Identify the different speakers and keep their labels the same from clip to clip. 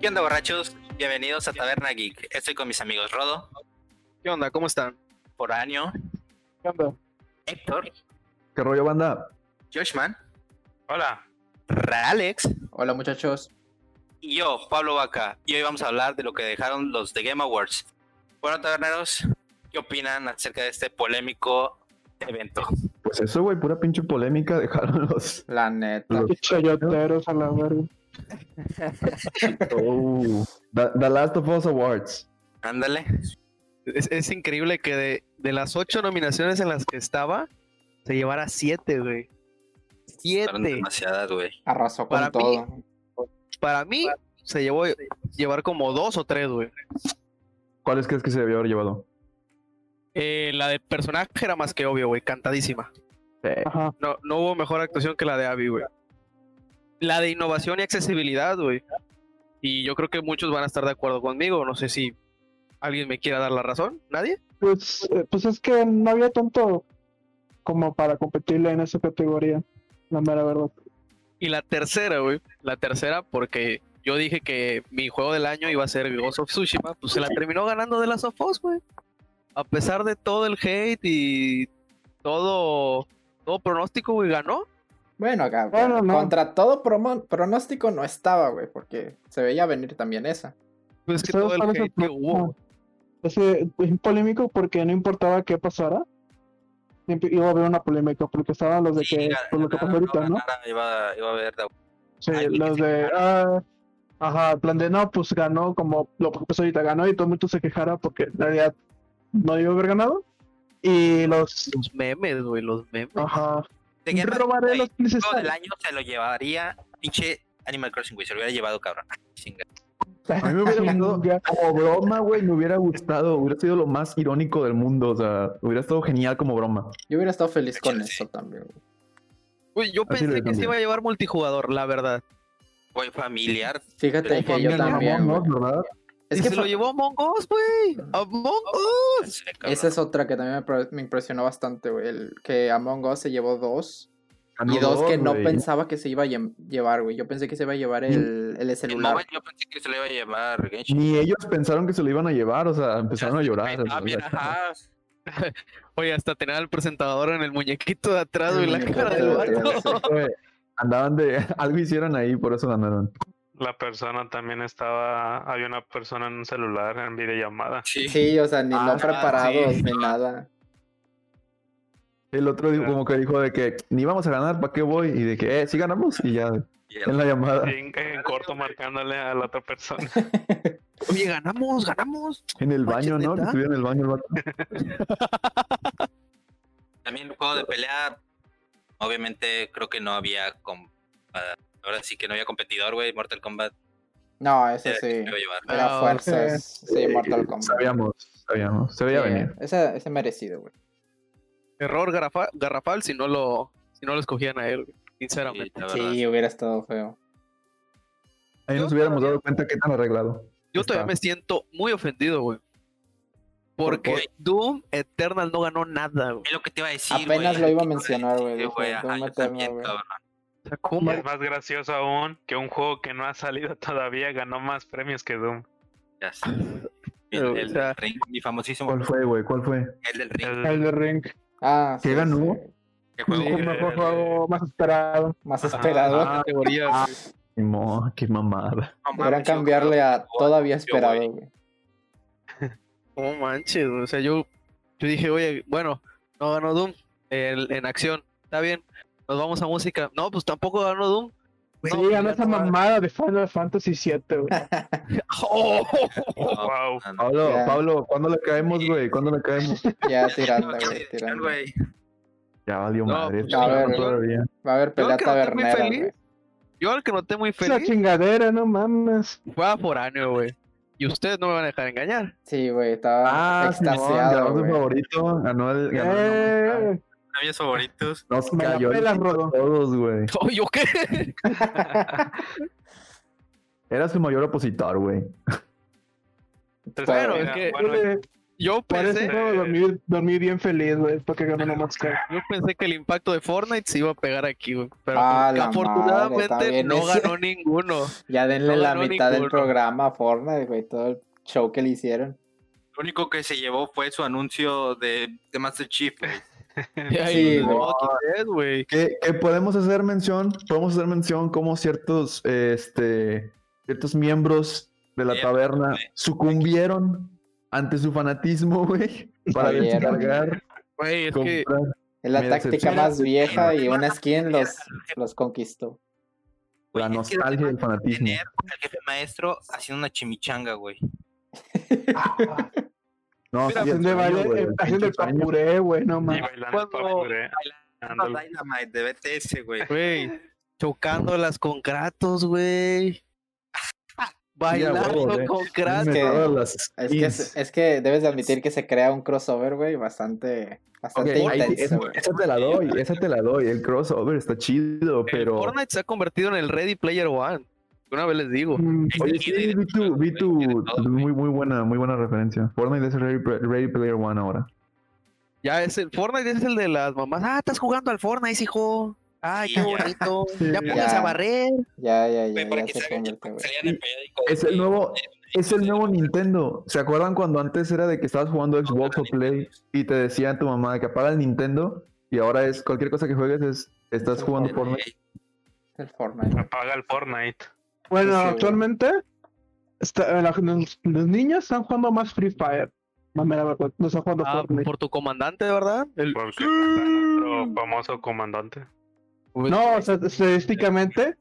Speaker 1: ¿Qué onda, borrachos? Bienvenidos a Taberna Geek. Estoy con mis amigos Rodo,
Speaker 2: ¿Qué onda? ¿Cómo están?
Speaker 1: Foráneo,
Speaker 2: ¿Qué onda?
Speaker 1: Héctor,
Speaker 3: ¿Qué rollo, banda?
Speaker 1: Joshman,
Speaker 4: Hola.
Speaker 1: Alex
Speaker 5: Hola muchachos.
Speaker 1: y yo, Pablo Vaca. Y hoy vamos a hablar de lo que dejaron los The Game Awards. Bueno, taberneros, ¿qué opinan acerca de este polémico evento?
Speaker 3: Pues eso, güey, pura pinche polémica dejaron los...
Speaker 5: La neta.
Speaker 3: los-
Speaker 6: Qué chayoteros a la verga.
Speaker 3: Oh, the, The Last of Us Awards.
Speaker 1: Ándale.
Speaker 2: Es, es increíble que de, de las ocho nominaciones en las que estaba, se llevara siete, güey.
Speaker 1: Fueron
Speaker 2: Siete.
Speaker 1: demasiadas, güey.
Speaker 5: Arrasó con
Speaker 2: Para mí-
Speaker 5: todo.
Speaker 2: Para mí, se llevó llevar como dos o tres, güey.
Speaker 3: ¿Cuáles crees que se debió haber llevado?
Speaker 2: Eh, la de personaje era más que obvio, güey. Cantadísima.
Speaker 6: Ajá.
Speaker 2: No, no hubo mejor actuación que la de Abby, güey. La de innovación y accesibilidad, güey. Y yo creo que muchos van a estar de acuerdo conmigo. No sé si alguien me quiera dar la razón. ¿Nadie?
Speaker 6: Pues, eh, pues es que no había tanto como para competirle en esa categoría. La mera verdad.
Speaker 2: Y la tercera, güey. La tercera, porque yo dije que mi juego del año iba a ser Ghost of Tsushima. Pues se la terminó ganando de las of Us, güey. A pesar de todo el hate y todo, todo pronóstico, güey, ganó.
Speaker 5: Bueno, acá,
Speaker 6: Bueno, no.
Speaker 5: contra todo promo- pronóstico no estaba, güey, porque se veía venir también esa.
Speaker 2: Pues que
Speaker 6: ¿Sabes
Speaker 2: todo el
Speaker 6: cuál es el
Speaker 2: hate que hubo. güey.
Speaker 6: Ese es polémico porque no importaba qué pasara. Siempre iba a haber una polémica porque estaban los Pues
Speaker 1: Sí,
Speaker 6: de que,
Speaker 1: ganara,
Speaker 6: por lo que pasó
Speaker 1: no
Speaker 6: ahorita, ¿no?
Speaker 1: ganara, Iba, iba a haber la-
Speaker 6: Sí,
Speaker 1: Ay,
Speaker 6: los
Speaker 1: que
Speaker 6: de, ah, ajá, en plan de no, pues ganó como lo que pasó ahorita, ganó y todo el mundo se quejara porque en realidad no iba a haber ganado. Y los,
Speaker 2: Los memes, güey, los memes.
Speaker 5: Ah,
Speaker 6: ajá,
Speaker 1: The Game Awards,
Speaker 6: robaré
Speaker 1: güey,
Speaker 6: los
Speaker 1: el juego del
Speaker 6: necesarios.
Speaker 1: año se lo llevaría pinche Animal Crossing, güey. Se lo hubiera llevado, cabrón. Ah, chinga.
Speaker 3: A mí me hubiera gustado,
Speaker 6: Chinga.
Speaker 3: como broma, güey, me hubiera gustado. Hubiera sido lo más irónico del mundo. O sea, hubiera estado genial como broma.
Speaker 5: Yo hubiera estado feliz con
Speaker 1: Sí.
Speaker 5: eso también. güey.
Speaker 2: Güey, yo
Speaker 3: Así lo
Speaker 2: pensé que se
Speaker 3: cambié.
Speaker 2: iba a llevar multijugador, la verdad.
Speaker 1: Güey, familiar.
Speaker 5: Fíjate
Speaker 1: Pero
Speaker 5: que yo
Speaker 3: Mira,
Speaker 5: también.
Speaker 3: no,
Speaker 5: güey.
Speaker 3: ¿verdad?
Speaker 5: Es
Speaker 2: y
Speaker 5: que
Speaker 2: se lo
Speaker 5: fa-
Speaker 2: llevó Among Us, güey. Among Us.
Speaker 1: No sé, cabrón.
Speaker 5: esa es otra que también me pro- me impresionó bastante, güey. El que Among Us se llevó dos.
Speaker 3: Ganó
Speaker 5: Y dos que no
Speaker 3: Ah, güey.
Speaker 5: pensaba que se iba a lle- llevar, güey. Yo pensé que se iba a llevar el, el
Speaker 1: El
Speaker 5: celular.
Speaker 1: móvil, yo pensé que se lo iba a llevar Genshin.
Speaker 3: Ni ellos pensaron que se lo iban a llevar. O sea, empezaron a llorar. o sea,
Speaker 1: Ah, bien, ajá.
Speaker 2: Oye, hasta tener al presentador en el muñequito de atrás,
Speaker 5: El
Speaker 2: güey, la
Speaker 5: muñequito
Speaker 2: cara
Speaker 5: de
Speaker 2: del
Speaker 5: atrás.
Speaker 2: vato.
Speaker 3: güey, Andaban de... Algo hicieron ahí, por eso ganaron.
Speaker 4: La persona también estaba. Había una persona en un celular en videollamada.
Speaker 1: Sí.
Speaker 5: Sí, o sea, ni
Speaker 1: Ah,
Speaker 5: no
Speaker 1: sí.
Speaker 5: preparados ni nada.
Speaker 3: El otro dijo- como que dijo de que ni vamos a ganar, ¿para qué voy? Y de que, eh, sí ganamos. Y ya, en la llamada.
Speaker 4: Y en, en corto marcándole a la otra persona.
Speaker 2: Oye, ganamos, ganamos.
Speaker 3: En el
Speaker 2: Manches,
Speaker 3: baño, ¿no? Que
Speaker 2: ¿neta?
Speaker 3: estuviera en el baño el vato.
Speaker 1: También el juego de pelea, obviamente creo que no había... com- ah, Ahora sí que no había competidor, güey. Mortal Kombat.
Speaker 5: No, eso
Speaker 1: era
Speaker 5: sí.
Speaker 1: que se iba a llevar.
Speaker 5: Era
Speaker 2: Ah,
Speaker 5: fuerzas. Sí,
Speaker 3: Eh,
Speaker 5: Mortal Kombat.
Speaker 3: Sabíamos, sabíamos. Se veía
Speaker 5: Sí,
Speaker 3: venir.
Speaker 5: Ese, ese merecido, güey.
Speaker 2: Error garrafa- garrafal si no lo, si no lo escogían a él, güey,
Speaker 1: Sí,
Speaker 2: sinceramente.
Speaker 1: la verdad.
Speaker 5: Sí, hubiera estado feo.
Speaker 3: Ahí
Speaker 2: Yo
Speaker 3: nos hubiéramos dado cuenta que tan arreglado.
Speaker 2: Yo
Speaker 3: Está.
Speaker 2: todavía me siento muy ofendido, güey.
Speaker 5: ¿Por
Speaker 2: Porque
Speaker 1: qué?
Speaker 2: Doom Eternal no ganó nada, güey.
Speaker 1: Es lo que te iba a decir,
Speaker 5: Apenas
Speaker 1: güey,
Speaker 5: lo iba a
Speaker 1: te
Speaker 5: mencionar,
Speaker 1: decir,
Speaker 5: güey, dije,
Speaker 1: ajá,
Speaker 5: Doom
Speaker 1: yo
Speaker 5: Eternal,
Speaker 1: también,
Speaker 5: güey.
Speaker 1: cabrón.
Speaker 2: O sea, ¿cómo?
Speaker 4: Y Es más gracioso aún que un juego que no ha salido todavía ganó más premios que Doom.
Speaker 1: Ya sé. El,
Speaker 2: Pero,
Speaker 1: el
Speaker 2: o sea-
Speaker 1: ring, mi famosísimo,
Speaker 3: ¿Cuál fue, güey? ¿Cuál fue?
Speaker 1: el del ring,
Speaker 4: El-
Speaker 6: El de Ring,
Speaker 5: Ah,
Speaker 3: ¿Qué
Speaker 5: sí,
Speaker 3: ganó?
Speaker 5: sí.
Speaker 1: que juego,
Speaker 6: el mejor juego más esperado.
Speaker 5: Más
Speaker 4: Ajá.
Speaker 5: esperado.
Speaker 2: Ah, categoría, güey.
Speaker 3: No, qué mamada.
Speaker 1: no mames,
Speaker 5: Deberían
Speaker 1: yo creo
Speaker 5: cambiarle a
Speaker 1: que- yo,
Speaker 5: todavía esperado,
Speaker 1: güey.
Speaker 5: güey.
Speaker 2: No manches, güey. o sea, yo, yo dije, oye, bueno, no ganó Doom el- en acción, está bien, nos vamos a música. No, pues tampoco ganó Doom.
Speaker 6: Pues Sí,
Speaker 2: No, pues
Speaker 6: ganó
Speaker 2: ya
Speaker 6: esa
Speaker 2: no va-
Speaker 6: mamada de Final Fantasy VII, güey.
Speaker 2: ¡Oh!
Speaker 1: No,
Speaker 4: Wow.
Speaker 1: no, no.
Speaker 3: Pablo,
Speaker 5: Ya.
Speaker 3: Pablo, ¿cuándo le caemos, güey? ¿Cuándo le caemos?
Speaker 5: Ya
Speaker 1: Ya
Speaker 5: tirando,
Speaker 1: no,
Speaker 5: güey.
Speaker 1: ya,
Speaker 5: Tirando.
Speaker 1: güey.
Speaker 3: Ya valió
Speaker 2: No,
Speaker 3: madre.
Speaker 2: pues,
Speaker 3: ya
Speaker 5: a
Speaker 3: ganó
Speaker 5: ver.
Speaker 3: todavía.
Speaker 5: Va a haber pelea
Speaker 2: que no estoy muy
Speaker 5: tabernera,
Speaker 2: feliz.
Speaker 5: güey.
Speaker 2: Yo al que noté muy
Speaker 6: Esa
Speaker 2: feliz
Speaker 6: chingadera, no mames.
Speaker 2: fue a Foráneo, güey. Y ustedes no me van a dejar engañar.
Speaker 5: Sí, güey, estaba
Speaker 3: Ah, Simón,
Speaker 5: extasiado,
Speaker 3: ganó su
Speaker 5: güey.
Speaker 3: favorito. Ganó el. Ganó el
Speaker 6: Eh,
Speaker 1: Cambios favoritos.
Speaker 3: nos
Speaker 6: me la
Speaker 3: cayó el
Speaker 6: pelas,
Speaker 3: pito
Speaker 6: Rodo.
Speaker 3: a todos, güey.
Speaker 2: Oh, ¿Yo qué?
Speaker 3: Era su mayor opositor, güey.
Speaker 4: Entonces,
Speaker 5: Bueno,
Speaker 4: mira,
Speaker 2: es que-
Speaker 4: bueno,
Speaker 6: yo le-
Speaker 2: Yo
Speaker 6: eh, Por eso
Speaker 2: pensé,
Speaker 6: puedo dormir, dormir bien feliz, güey, porque ganó No Man's Sky.
Speaker 2: yo pensé que el impacto de Fortnite se iba a pegar aquí, güey. Pero
Speaker 5: Ah, la madre,
Speaker 2: afortunadamente
Speaker 5: está bien
Speaker 2: no
Speaker 5: ese.
Speaker 2: ganó ninguno.
Speaker 5: Ya denle
Speaker 2: No
Speaker 5: la
Speaker 2: ganó
Speaker 5: mitad del
Speaker 2: ninguno.
Speaker 5: programa a Fortnite, güey. Todo el show que le hicieron.
Speaker 1: Lo único que se llevó fue su anuncio de, de Master Chief. güey.
Speaker 2: Ay,
Speaker 5: güey.
Speaker 2: no, ¿qué es, güey?
Speaker 3: Que, que podemos hacer mención, podemos hacer mención como ciertos, este, ciertos miembros de la
Speaker 1: Sí,
Speaker 3: taberna
Speaker 1: sí.
Speaker 3: sucumbieron ante su fanatismo, güey, para
Speaker 5: Cayeron.
Speaker 3: descargar,
Speaker 2: Güey, es que
Speaker 3: comprar.
Speaker 5: Es la
Speaker 3: Me
Speaker 5: táctica
Speaker 3: decepciona.
Speaker 5: más vieja y una skin los, los conquistó.
Speaker 1: Güey,
Speaker 3: La
Speaker 1: es que lo
Speaker 3: nostalgia
Speaker 1: demás
Speaker 3: del fanatismo.
Speaker 1: Tener al jefe maestro haciendo una chimichanga, güey.
Speaker 3: No,
Speaker 2: Mira, pues,
Speaker 3: sí, el
Speaker 6: Haciendo de
Speaker 3: sueño,
Speaker 6: baile- eh,
Speaker 3: güey, el
Speaker 6: haciendo el
Speaker 3: pinche sueño.
Speaker 6: papuré, güey, no
Speaker 4: Y
Speaker 6: mames.
Speaker 4: bailando el
Speaker 2: cuando-
Speaker 4: papuré, bailando el-
Speaker 1: Dynamite de BTS, güey.
Speaker 2: Güey, chocándolas con Kratos, güey. Bailando
Speaker 3: huevo, eh.
Speaker 2: con
Speaker 3: Dime
Speaker 2: Kratos.
Speaker 5: que-
Speaker 3: todas las
Speaker 5: Es que,
Speaker 3: skins.
Speaker 5: es, es que debes de admitir que se crea un crossover, güey, bastante,
Speaker 3: Ok,
Speaker 5: bastante
Speaker 3: ahí sí,
Speaker 5: intenso,
Speaker 3: esa,
Speaker 5: güey.
Speaker 3: esa te la doy, esa te la doy. El crossover está chido,
Speaker 2: El
Speaker 3: pero.
Speaker 2: Fortnite se ha convertido en el Ready Player One. Una vez les digo.
Speaker 6: Mm,
Speaker 3: Oye,
Speaker 1: Este
Speaker 3: sí,
Speaker 1: tiene de
Speaker 3: vi
Speaker 1: todo,
Speaker 3: tu, vi
Speaker 1: güey,
Speaker 3: tu-
Speaker 1: tiene de todo, güey.
Speaker 3: muy, muy buena, muy buena referencia. Fortnite es Ready, Pla- Ready Player One ahora.
Speaker 2: Ya es el Fortnite es el de las mamás. Ah, estás jugando al Fortnite, hijo. Ay,
Speaker 1: Sí,
Speaker 2: qué
Speaker 1: ya.
Speaker 2: bonito.
Speaker 6: Sí.
Speaker 2: Ya pónganse
Speaker 5: Ya.
Speaker 2: a barrer.
Speaker 5: Ya, ya,
Speaker 1: Güey,
Speaker 5: ya,
Speaker 1: para
Speaker 5: ya
Speaker 1: que
Speaker 5: se
Speaker 1: salga-
Speaker 5: convierte, güey.
Speaker 1: salía en el periódico,
Speaker 3: Es el
Speaker 1: güey. Este,
Speaker 3: nuevo, es el nuevo Nintendo. ¿Se acuerdan cuando antes era de que estabas jugando Xbox o Play y te decían tu mamá de que apaga el Nintendo? Y ahora es cualquier cosa que juegues es estás jugando Fortnite.
Speaker 5: El Fortnite.
Speaker 4: apaga el Fortnite.
Speaker 6: Bueno,
Speaker 5: Sí, güey.
Speaker 6: actualmente está- eh, la- los, los niños están jugando más Free Fire. Mamera, güey, no están jugando
Speaker 2: Ah,
Speaker 6: Fortnite.
Speaker 2: por tu comandante, ¿verdad? El-
Speaker 4: Porque está nuestro famoso comandante.
Speaker 6: No, o sea, estadísticamente,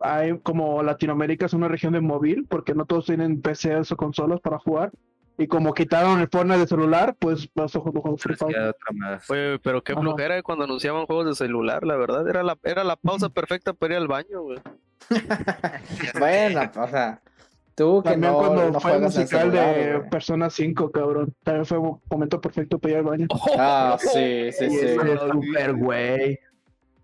Speaker 6: hay como Latinoamérica es una región de móvil, porque no todos tienen PCs o consolas para jugar. Y como quitaron el Fortnite de celular, pues vas a jugar con Free Fire.
Speaker 2: Güey, pero qué
Speaker 6: Ajá.
Speaker 2: flojera eh, cuando anunciaban juegos de celular, la verdad. Era la, era la
Speaker 3: Mm.
Speaker 2: pausa perfecta para ir al baño, güey.
Speaker 5: bueno, o sea, tú que
Speaker 6: También
Speaker 5: no,
Speaker 6: cuando
Speaker 5: no
Speaker 6: fue el
Speaker 5: juegas en
Speaker 6: musical de
Speaker 5: celular, güey.
Speaker 6: Persona 5, cabrón. También fue un momento perfecto para ir al baño.
Speaker 5: Ah, sí, sí,
Speaker 3: Sí,
Speaker 5: sí.
Speaker 6: este,
Speaker 3: es super güey.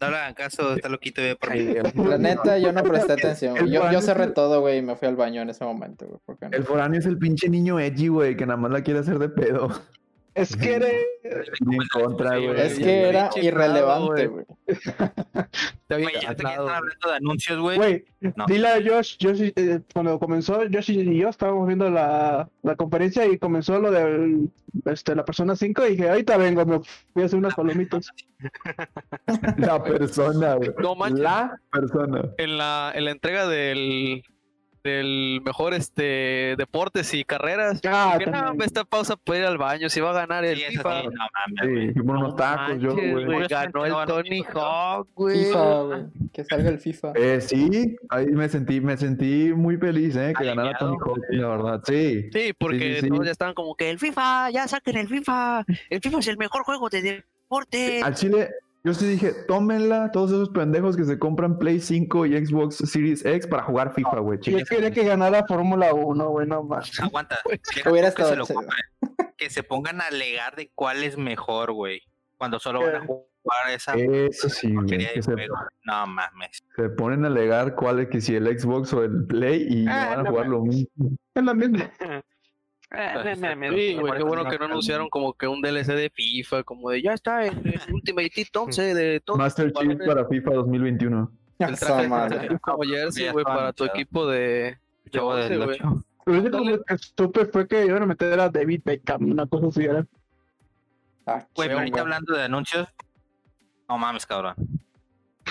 Speaker 1: No le hagan
Speaker 3: pues,
Speaker 1: caso, está loquito de por mí.
Speaker 5: La neta, yo no presté atención. güey.
Speaker 3: el
Speaker 5: Yo, yo
Speaker 3: Juan-
Speaker 5: cerré todo, güey, y me fui al baño en ese momento, güey. Porque no.
Speaker 3: El foráneo es el pinche niño edgy, güey, que nada más la quiere hacer de pedo.
Speaker 6: Es que eres-
Speaker 3: En contra,
Speaker 2: Sí,
Speaker 3: güey.
Speaker 2: güey.
Speaker 5: Es que era
Speaker 2: Pinche
Speaker 5: irrelevante,
Speaker 2: güey.
Speaker 5: güey.
Speaker 2: Está bien
Speaker 1: Güey, ya te
Speaker 2: cansado,
Speaker 1: están
Speaker 2: güey.
Speaker 1: hablando de anuncios, güey.
Speaker 6: Güey,
Speaker 1: No.
Speaker 6: dile a Josh, Josh eh, cuando comenzó, Josh y yo estábamos viendo la, la conferencia y comenzó lo de este, la persona 5 y dije, ahorita vengo, me voy a hacer unas palomitas.
Speaker 3: La persona, güey.
Speaker 2: No manches.
Speaker 3: La persona.
Speaker 2: en la, en la entrega del, del mejor este deportes y carreras.
Speaker 6: Ah,
Speaker 2: que
Speaker 6: también.
Speaker 2: no, pues, hombre, esta pausa puede ir al baño, si va a ganar el
Speaker 1: Sí, eso
Speaker 2: FIFA.
Speaker 1: sí, no mames, güey.
Speaker 3: Sí, fuimos unos
Speaker 2: No
Speaker 3: tacos, Ah, pues yo,
Speaker 2: manches,
Speaker 3: güey.
Speaker 2: güey, Ganó el
Speaker 1: Obviamente no
Speaker 2: Tony
Speaker 1: ganó
Speaker 2: Hawk, güey.
Speaker 5: FIFA, güey. Que salga el FIFA.
Speaker 3: Eh, sí, ahí me sentí, me sentí muy feliz, eh, que ganara Tony
Speaker 1: Aliviado,
Speaker 3: Hawk, la verdad, sí.
Speaker 2: Sí, porque
Speaker 3: sí, sí.
Speaker 2: todos ya estaban como que el FIFA, ya saquen el FIFA. El FIFA es el mejor juego de
Speaker 6: Eh,
Speaker 2: deporte.
Speaker 3: Al Chile, yo sí dije, tómenla, todos esos pendejos que se compran Play 5 y Xbox Series X para jugar FIFA, güey,
Speaker 6: Yo
Speaker 3: chicas.
Speaker 6: quería que ganara Fórmula 1, güey, no más.
Speaker 1: Aguanta. deja
Speaker 5: Hubiera
Speaker 1: tú que se
Speaker 5: estado
Speaker 1: lo
Speaker 5: chido. Ah,
Speaker 1: compren, Que se pongan a alegar de cuál es mejor, güey. Cuando solo van a jugar a esa
Speaker 3: Eh. Eso sí, güey,
Speaker 1: porquería de
Speaker 3: que se,
Speaker 1: juego. No mames.
Speaker 3: se ponen a alegar cuál es que si el Xbox o el Play y no
Speaker 6: Ah,
Speaker 3: van a
Speaker 6: no
Speaker 3: jugar lo mismo.
Speaker 6: Es la misma.
Speaker 2: Sí, güey, qué bueno que no anunciaron como que un DLC de FIFA, como de ya está el, el Ultimate Team 11 de todo.
Speaker 3: Master Chief
Speaker 2: jugadores.
Speaker 3: para FIFA 2021.
Speaker 2: El
Speaker 5: Esa
Speaker 2: traje
Speaker 5: madre.
Speaker 2: de como jersey,
Speaker 1: ya
Speaker 2: güey,
Speaker 1: estaba
Speaker 2: para tu
Speaker 1: anunciado.
Speaker 2: equipo de. de
Speaker 1: Chavo del
Speaker 2: 11, güey.
Speaker 1: ocho.
Speaker 6: Lo único
Speaker 2: Dale.
Speaker 6: que supe fue que iban a meter a David Beckham, una cosa así. Era.
Speaker 5: Ah,
Speaker 1: Güey, pero ahorita
Speaker 5: chinga.
Speaker 1: hablando de anuncios. No mames, cabrón.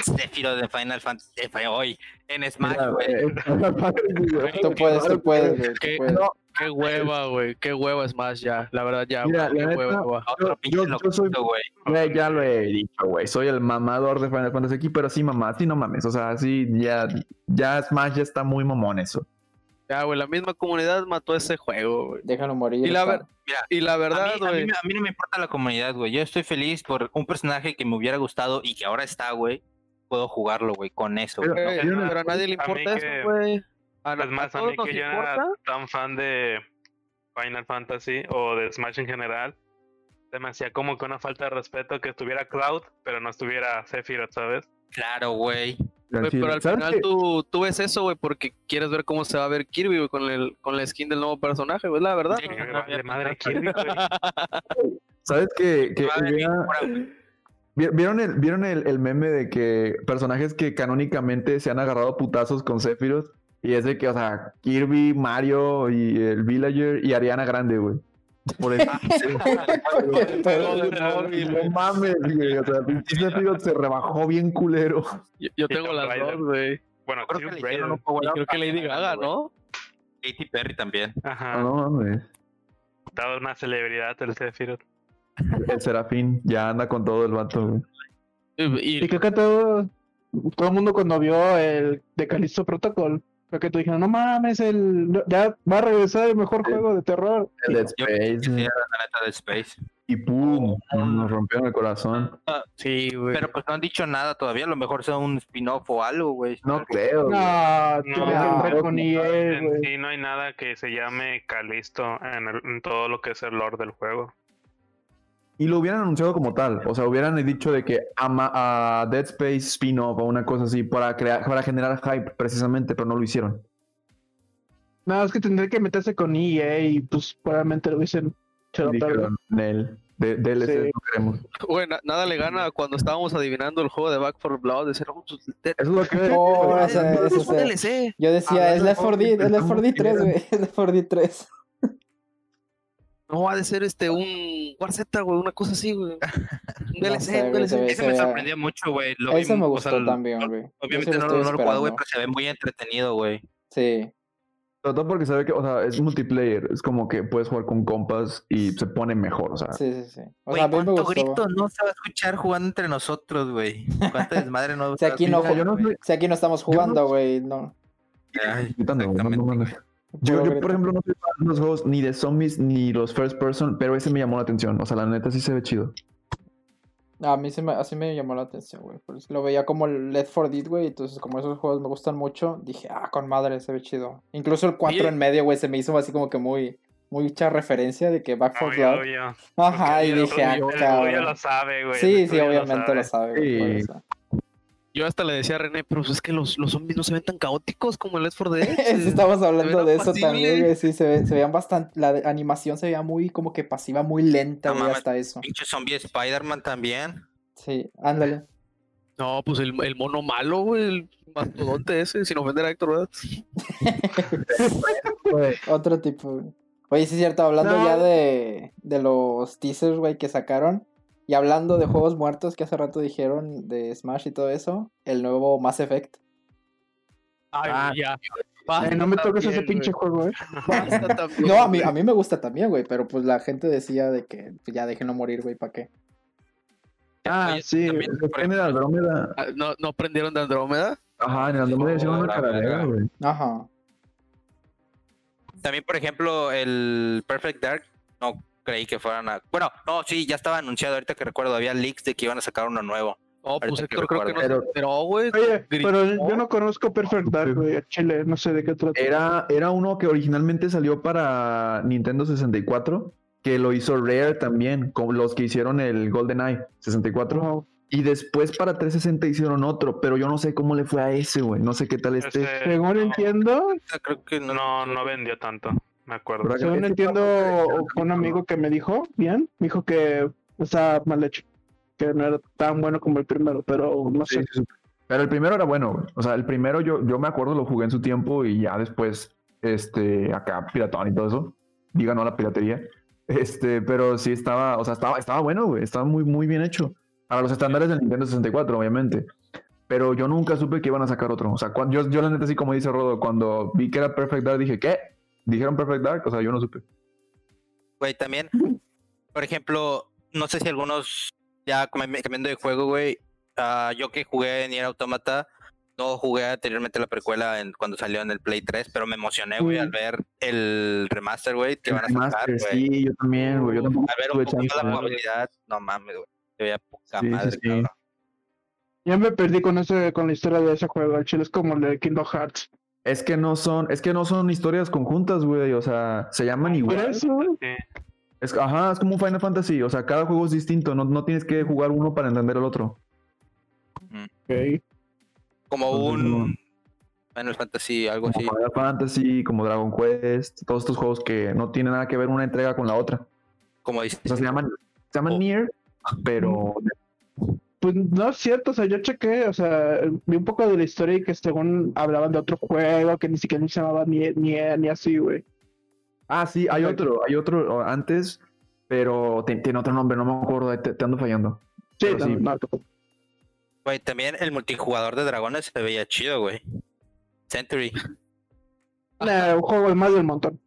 Speaker 1: Zephyro de Final Fantasy. de Fi- Hoy, en Smash,
Speaker 3: Mira,
Speaker 1: güey.
Speaker 3: eh,
Speaker 5: Tú puedes, tú puedes, güey. Tú
Speaker 2: Que-
Speaker 5: puedes.
Speaker 2: no, Qué hueva, güey. Qué hueva es más ya. La verdad, ya.
Speaker 3: Mira,
Speaker 2: güey,
Speaker 3: la
Speaker 2: qué
Speaker 3: neta,
Speaker 2: hueva.
Speaker 1: Otro
Speaker 3: yo-
Speaker 1: pinche
Speaker 3: yo- yo
Speaker 1: loquito,
Speaker 3: soy-
Speaker 1: güey.
Speaker 3: Güey, ya lo he dicho, güey. Soy el mamador de Final Fantasy aquí, pero sí, mamá, sí, no mames. O sea, sí, ya, ya Smash ya está muy mamón eso.
Speaker 2: Ya, güey. La misma comunidad mató ese juego, güey.
Speaker 5: Déjalo morir.
Speaker 2: Y la,
Speaker 5: está.
Speaker 2: ver- y la verdad,
Speaker 1: A mí, a, mí,
Speaker 2: güey.
Speaker 1: me- a mí no me importa la comunidad, güey. Yo estoy feliz por un personaje que me hubiera gustado y que ahora está, güey. Puedo jugarlo, güey, con eso.
Speaker 3: Pero-
Speaker 1: güey.
Speaker 2: güey,
Speaker 4: ¿vieron el-
Speaker 2: Pero a nadie le
Speaker 4: a mí
Speaker 2: importa
Speaker 4: que-
Speaker 2: eso, güey. A, na-
Speaker 4: Es más,
Speaker 2: a
Speaker 4: a
Speaker 2: todos
Speaker 4: mí
Speaker 2: nos
Speaker 4: que yo no era
Speaker 2: importa.
Speaker 4: tan fan de Final Fantasy o de Smash en general, se me hacía como que una falta de respeto que estuviera Cloud, pero no estuviera Sephiroth, ¿sabes?
Speaker 1: Claro, güey.
Speaker 3: Al
Speaker 2: Güey,
Speaker 3: chile.
Speaker 2: pero al
Speaker 3: ¿Sabes
Speaker 2: final
Speaker 3: qué?
Speaker 2: tú, tú ves eso, güey, porque quieres ver cómo se va a ver Kirby, güey, con, el, con la skin del nuevo personaje, güey, la verdad.
Speaker 1: Sí,
Speaker 2: ¿no?
Speaker 1: no,
Speaker 4: Me
Speaker 1: no,
Speaker 4: vale
Speaker 1: ya-
Speaker 4: madre Kirby, güey.
Speaker 3: ¿Sabes que, que
Speaker 1: Madre mía,
Speaker 3: hubiera-
Speaker 1: ahora, güey.
Speaker 3: vi- vieron, el, vieron el, el meme de que personajes que canónicamente se han agarrado a putazos con Sephiroth? Y es de que, o sea, Kirby, Mario y el Villager y Ariana Grande, güey. Por el- No mames, güey. O sea, pinche Sephiroth se rebajó bien culero.
Speaker 2: Yo, yo
Speaker 4: Sí,
Speaker 2: tengo
Speaker 4: Tomb
Speaker 2: las
Speaker 4: Raider.
Speaker 2: dos, güey.
Speaker 4: Bueno,
Speaker 1: Creo
Speaker 4: Tomb
Speaker 1: que le
Speaker 4: Raider.
Speaker 1: hicieron un power
Speaker 2: Y
Speaker 1: up
Speaker 2: creo que
Speaker 1: a
Speaker 2: Lady
Speaker 1: Ariana
Speaker 2: Gaga,
Speaker 1: Grande, güey.
Speaker 2: ¿no?
Speaker 1: Katy Perry también.
Speaker 2: Ah.
Speaker 4: Ajá.
Speaker 3: No mames.
Speaker 4: Dado una celebridad el Sephiroth.
Speaker 3: El Serafín ya anda con todo el vato, güey.
Speaker 2: Y,
Speaker 6: Y creo que todo, todo el mundo cuando vio el de Callisto Protocol, creo que tú dijeron, no mames, el, no, ya va a regresar el mejor juego de terror.
Speaker 3: El Dead
Speaker 1: Yo pensé
Speaker 3: Space.
Speaker 1: que sí
Speaker 3: güey.
Speaker 1: era Ah. la neta de Space.
Speaker 3: Y pum, nos rompieron el corazón.
Speaker 2: sí, güey.
Speaker 1: Pero pues no han dicho nada todavía. A lo mejor sea un spin-off o algo, güey.
Speaker 3: No creo, güey.
Speaker 6: No,
Speaker 4: No,
Speaker 6: tiene que ver
Speaker 3: no,
Speaker 6: con
Speaker 3: no,
Speaker 6: EA,
Speaker 4: En
Speaker 6: güey.
Speaker 4: sí no hay nada que se llame Calisto en, el- en todo lo que es el lore del juego.
Speaker 3: Y lo hubieran anunciado como tal. O sea, hubieran dicho de que a, ma- a Dead Space spin-off o una cosa así para, crear, para generar hype precisamente, pero no lo hicieron.
Speaker 6: No, es que tendría que meterse con EA y pues probablemente lo dicen.
Speaker 3: Y dijeron, "Nel, de- DLC
Speaker 6: Sí.
Speaker 3: no queremos.
Speaker 2: Güey, na- nada le gana a cuando estábamos adivinando el juego de Back for Blood. Decir, "Oh, pues, te-
Speaker 3: Eso es lo que...
Speaker 5: Oh,
Speaker 2: es-
Speaker 5: ese-
Speaker 2: es
Speaker 5: ese-
Speaker 2: un DLC.
Speaker 5: Yo
Speaker 3: Ah,
Speaker 5: decía, es Left 4 D, es Left 4 D 3, güey. Es Left 4 D 3.
Speaker 2: No ha de ser este un Warzeta, güey, una cosa así, güey. Un
Speaker 5: No sé,
Speaker 2: DLC, un
Speaker 5: güey, se
Speaker 2: DLC.
Speaker 5: ve-
Speaker 1: Ese me
Speaker 5: Ese-
Speaker 1: sorprendió mucho, güey. Lo
Speaker 5: Eso
Speaker 1: vi-
Speaker 5: me
Speaker 1: o
Speaker 5: gustó
Speaker 1: sea,
Speaker 5: también,
Speaker 1: no-
Speaker 5: güey. Yo
Speaker 1: Obviamente
Speaker 5: sí
Speaker 1: no,
Speaker 5: lo
Speaker 1: no
Speaker 5: estoy
Speaker 1: lo he jugado, güey,
Speaker 5: esperando.
Speaker 1: pero se ve muy entretenido, güey.
Speaker 5: Sí.
Speaker 3: Sobre todo porque sabe que, o sea, es multiplayer. Es como que puedes jugar con compas y se pone mejor, o sea.
Speaker 5: Sí, sí, sí. O
Speaker 1: Güey,
Speaker 5: sea, a mí me
Speaker 1: ¿cuánto
Speaker 5: gustó.
Speaker 1: grito no se va a escuchar jugando entre nosotros, güey? ¿Cuánta desmadre no
Speaker 5: O sea, aquí no,
Speaker 3: Mira, yo no soy-
Speaker 5: si aquí no estamos jugando, güey, no.
Speaker 1: Ay,
Speaker 3: Gritando, no, no
Speaker 1: exactamente.
Speaker 3: mames.
Speaker 5: Puro
Speaker 3: Yo, yo,
Speaker 5: grito.
Speaker 3: por ejemplo, no soy fan de los juegos ni de zombies ni los first person, pero ese me llamó la atención. O sea, la neta sí se ve chido.
Speaker 5: A mí se me, así me llamó la atención, güey. por eso Lo veía como el Left 4 Dead, güey. Entonces, como esos juegos me gustan mucho, dije, ah, con madre, se ve chido. Incluso el 4
Speaker 2: Oye.
Speaker 5: en medio, güey, se me hizo así como que muy, mucha referencia de que Back 4
Speaker 4: Ah, Obvio,
Speaker 5: Blood.
Speaker 4: obvio.
Speaker 5: Pues Ajá, y
Speaker 4: Porque
Speaker 5: dije, ah,
Speaker 4: el tuyo- el tuyo lo
Speaker 5: cabrón.
Speaker 4: sabe, güey.
Speaker 5: Sí,
Speaker 4: el
Speaker 5: sí,
Speaker 4: tuyo
Speaker 5: obviamente
Speaker 4: sabe.
Speaker 5: lo sabe, güey. por
Speaker 3: Sí.
Speaker 5: eso.
Speaker 2: Yo hasta le decía a René, pero pues, es que los, los zombies no se ven tan caóticos como el Left 4 Dead.
Speaker 5: Sí, Estamos hablando
Speaker 2: verán
Speaker 5: de eso
Speaker 2: pasible.
Speaker 5: también, güey. Sí, se, ve- se veían bastante. La de- animación se veía muy como que pasiva, muy lenta,
Speaker 1: No
Speaker 5: güey,
Speaker 1: mames.
Speaker 5: hasta eso.
Speaker 1: Pinche zombie Spider-Man también.
Speaker 5: Sí, ándale.
Speaker 2: No, pues el, el mono malo, güey, el mastodonte ese, sin ofender a Héctor, ¿verdad?
Speaker 5: Otro tipo. güey. Oye, sí es cierto, hablando
Speaker 3: No.
Speaker 5: ya de, de los teasers, güey, que sacaron. Y hablando de juegos muertos que hace rato dijeron de Smash y todo eso, el nuevo Mass Effect.
Speaker 2: Ay,
Speaker 3: Ah,
Speaker 2: ya.
Speaker 6: Ay, no me toques
Speaker 2: también,
Speaker 6: ese pinche juego, eh.
Speaker 2: güey, basta también,
Speaker 5: No, a mí, a
Speaker 2: güey.
Speaker 5: mí me gusta también, güey, pero pues la gente decía de que pues, ya déjenlo morir, güey, ¿para qué?
Speaker 6: Ah,
Speaker 1: Oye,
Speaker 6: sí.
Speaker 1: también-
Speaker 3: En el Andrómeda.
Speaker 2: Ah, ¿No, ¿No aprendieron de Andrómeda?
Speaker 3: Ajá, en el Andrómeda hicieron una caradera, güey.
Speaker 5: Ajá.
Speaker 1: También, por ejemplo, el Perfect Dark, no creí que fueran a... Bueno, no, sí, ya estaba anunciado, ahorita que recuerdo, había leaks de que iban a sacar uno nuevo.
Speaker 2: No, pues
Speaker 1: Ahorita que
Speaker 2: Héctor creo que no
Speaker 1: recuerdo.
Speaker 2: se enteró, güey.
Speaker 6: Oye,
Speaker 2: Gritó.
Speaker 6: pero yo no conozco Perfect Dark, güey, a Chile, no sé de qué trata.
Speaker 3: Era, era uno que originalmente salió para Nintendo 64, que lo hizo Rare también, con los que hicieron el GoldenEye 64.
Speaker 6: Wow.
Speaker 3: Y después para 360 hicieron otro, pero yo no sé cómo le fue a ese, güey. No sé qué tal este.
Speaker 4: Ese-
Speaker 6: Según
Speaker 4: no,
Speaker 6: entiendo,
Speaker 1: Ah, Creo que no...
Speaker 4: no, no vendió tanto, me acuerdo.
Speaker 3: ¿Verdad que
Speaker 6: según
Speaker 3: este
Speaker 6: entiendo,
Speaker 3: tampoco-
Speaker 6: fue un amigo que me dijo, bien, me dijo que está mal hecho, que no era tan bueno como el primero, pero no
Speaker 3: Sí,
Speaker 6: sé.
Speaker 3: sí, sí. Pero el primero era bueno, güey. O sea, el primero yo, yo me acuerdo, lo jugué en su tiempo y ya después, este, acá, piratón y todo eso. Diga no a la piratería. Este, pero sí estaba, o sea, estaba, estaba bueno, güey. Estaba muy, muy bien hecho. Para los estándares del Nintendo 64, obviamente. Pero yo nunca supe que iban a sacar otro. O sea, cuando, yo, yo la neta, así como dice Rodo, cuando vi que era Perfect Dark, dije, ¿qué? ¿Dijeron Perfect Dark? O sea, yo no supe.
Speaker 1: Güey, también, por ejemplo, no sé si algunos ya cami- cambiando de juego, güey. ah, yo que jugué en Nier Automata, no jugué anteriormente la precuela en, cuando salió en el Play 3, pero me emocioné, güey,
Speaker 6: Uy.
Speaker 1: al ver el remaster, güey, que van a sacar,
Speaker 3: Master,
Speaker 1: güey.
Speaker 3: sí, yo también, güey. Yo tampoco
Speaker 1: Al ver
Speaker 3: tuve
Speaker 1: un poco más
Speaker 3: chance,
Speaker 1: la
Speaker 3: ¿no?
Speaker 1: jugabilidad, no mames, güey. Se veía poca
Speaker 3: Sí, sí,
Speaker 1: madre,
Speaker 3: sí.
Speaker 1: cabrón.
Speaker 6: Ya me perdí con ese, con la historia de ese juego, al Chile es como el de Kingdom Hearts.
Speaker 3: Es que no son, es que no son historias conjuntas, güey. O sea, se
Speaker 5: Ah,
Speaker 3: llaman
Speaker 6: Por
Speaker 3: igual.
Speaker 6: eso, güey.
Speaker 4: Sí.
Speaker 3: Es, ajá, es como un Final Fantasy. O sea, cada juego es distinto. No, no tienes que jugar uno para entender el otro.
Speaker 6: Ok.
Speaker 1: Como
Speaker 3: Ujú.
Speaker 1: un Final Fantasy, algo así.
Speaker 3: Como Final Fantasy, como Dragon Quest, todos estos juegos que no tienen nada que ver una entrega con la otra.
Speaker 1: Como dice.
Speaker 3: O sea, se llaman, se llaman
Speaker 1: Oh.
Speaker 3: Nier, pero
Speaker 6: Pues no es cierto, o sea, yo chequé, o sea, vi un poco de la historia y que según hablaban de otro juego que ni siquiera se llamaba ni, ni, ni así, güey.
Speaker 3: Ah, sí, hay otro, hay otro o- antes, pero te- tiene otro nombre, no me acuerdo, ahí te, te ando fallando.
Speaker 6: Sí,
Speaker 3: Pero sí.
Speaker 6: no, no, tampoco.
Speaker 1: Güey, también el multijugador de dragones se veía chido, güey. Century.
Speaker 6: Nah, un juego más del montón.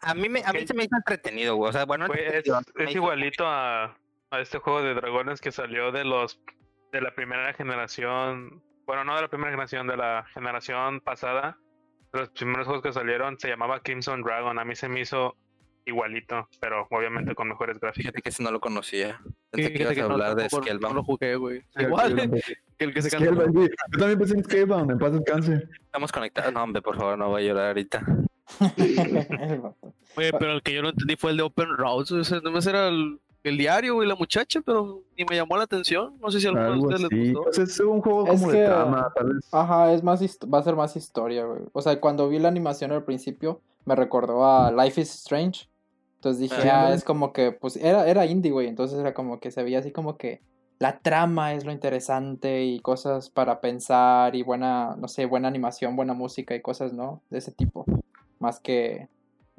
Speaker 1: A mí, me, a mí
Speaker 4: Ok.
Speaker 1: se me hizo entretenido, güey. O sea,
Speaker 5: Ah,
Speaker 1: bueno,
Speaker 4: Güey, es,
Speaker 1: entretenido, me
Speaker 4: es
Speaker 1: hizo-
Speaker 4: igualito a, a este juego de dragones que salió de los de la primera generación. Bueno, no de la primera generación, de la generación pasada. De los primeros juegos que salieron se llamaba Crimson Dragon. A mí se me hizo igualito, pero obviamente con mejores gráficos.
Speaker 1: Fíjate que ese no lo conocía. Pensé que
Speaker 2: Fíjate
Speaker 1: ibas
Speaker 2: que
Speaker 1: a
Speaker 2: no,
Speaker 1: hablar de
Speaker 2: tampoco-
Speaker 1: Scalebound.
Speaker 2: No lo jugué, güey.
Speaker 3: Scalebound,
Speaker 2: Igual que el que se canceló.
Speaker 3: Scalebound, sí. Yo también pensé en Scalebound, en paz descanse.
Speaker 1: Estamos conectados. No, hombre, por favor, no voy a llorar ahorita.
Speaker 5: El vato.
Speaker 2: Güey, pero el que yo no entendí fue el de Open Routes. O sea, nomás era el, el diario, güey, la muchacha, pero ni me llamó la atención. No sé si a alguno de
Speaker 3: Algo
Speaker 2: ustedes
Speaker 3: así.
Speaker 2: les gustó.
Speaker 3: Pues es un juego
Speaker 5: Es
Speaker 3: como
Speaker 5: que-
Speaker 3: de trama, tal vez.
Speaker 5: Ajá, es más hist- va a ser más historia, güey. O sea, cuando vi la animación al principio, me recordó a Life is Strange. Entonces dije,
Speaker 1: Ah.
Speaker 5: ah, es como que, pues era, era indie, güey. Entonces era como que se veía así como que la trama es lo interesante y cosas para pensar y buena, no sé, buena animación, buena música y cosas, ¿no? De ese tipo. Más que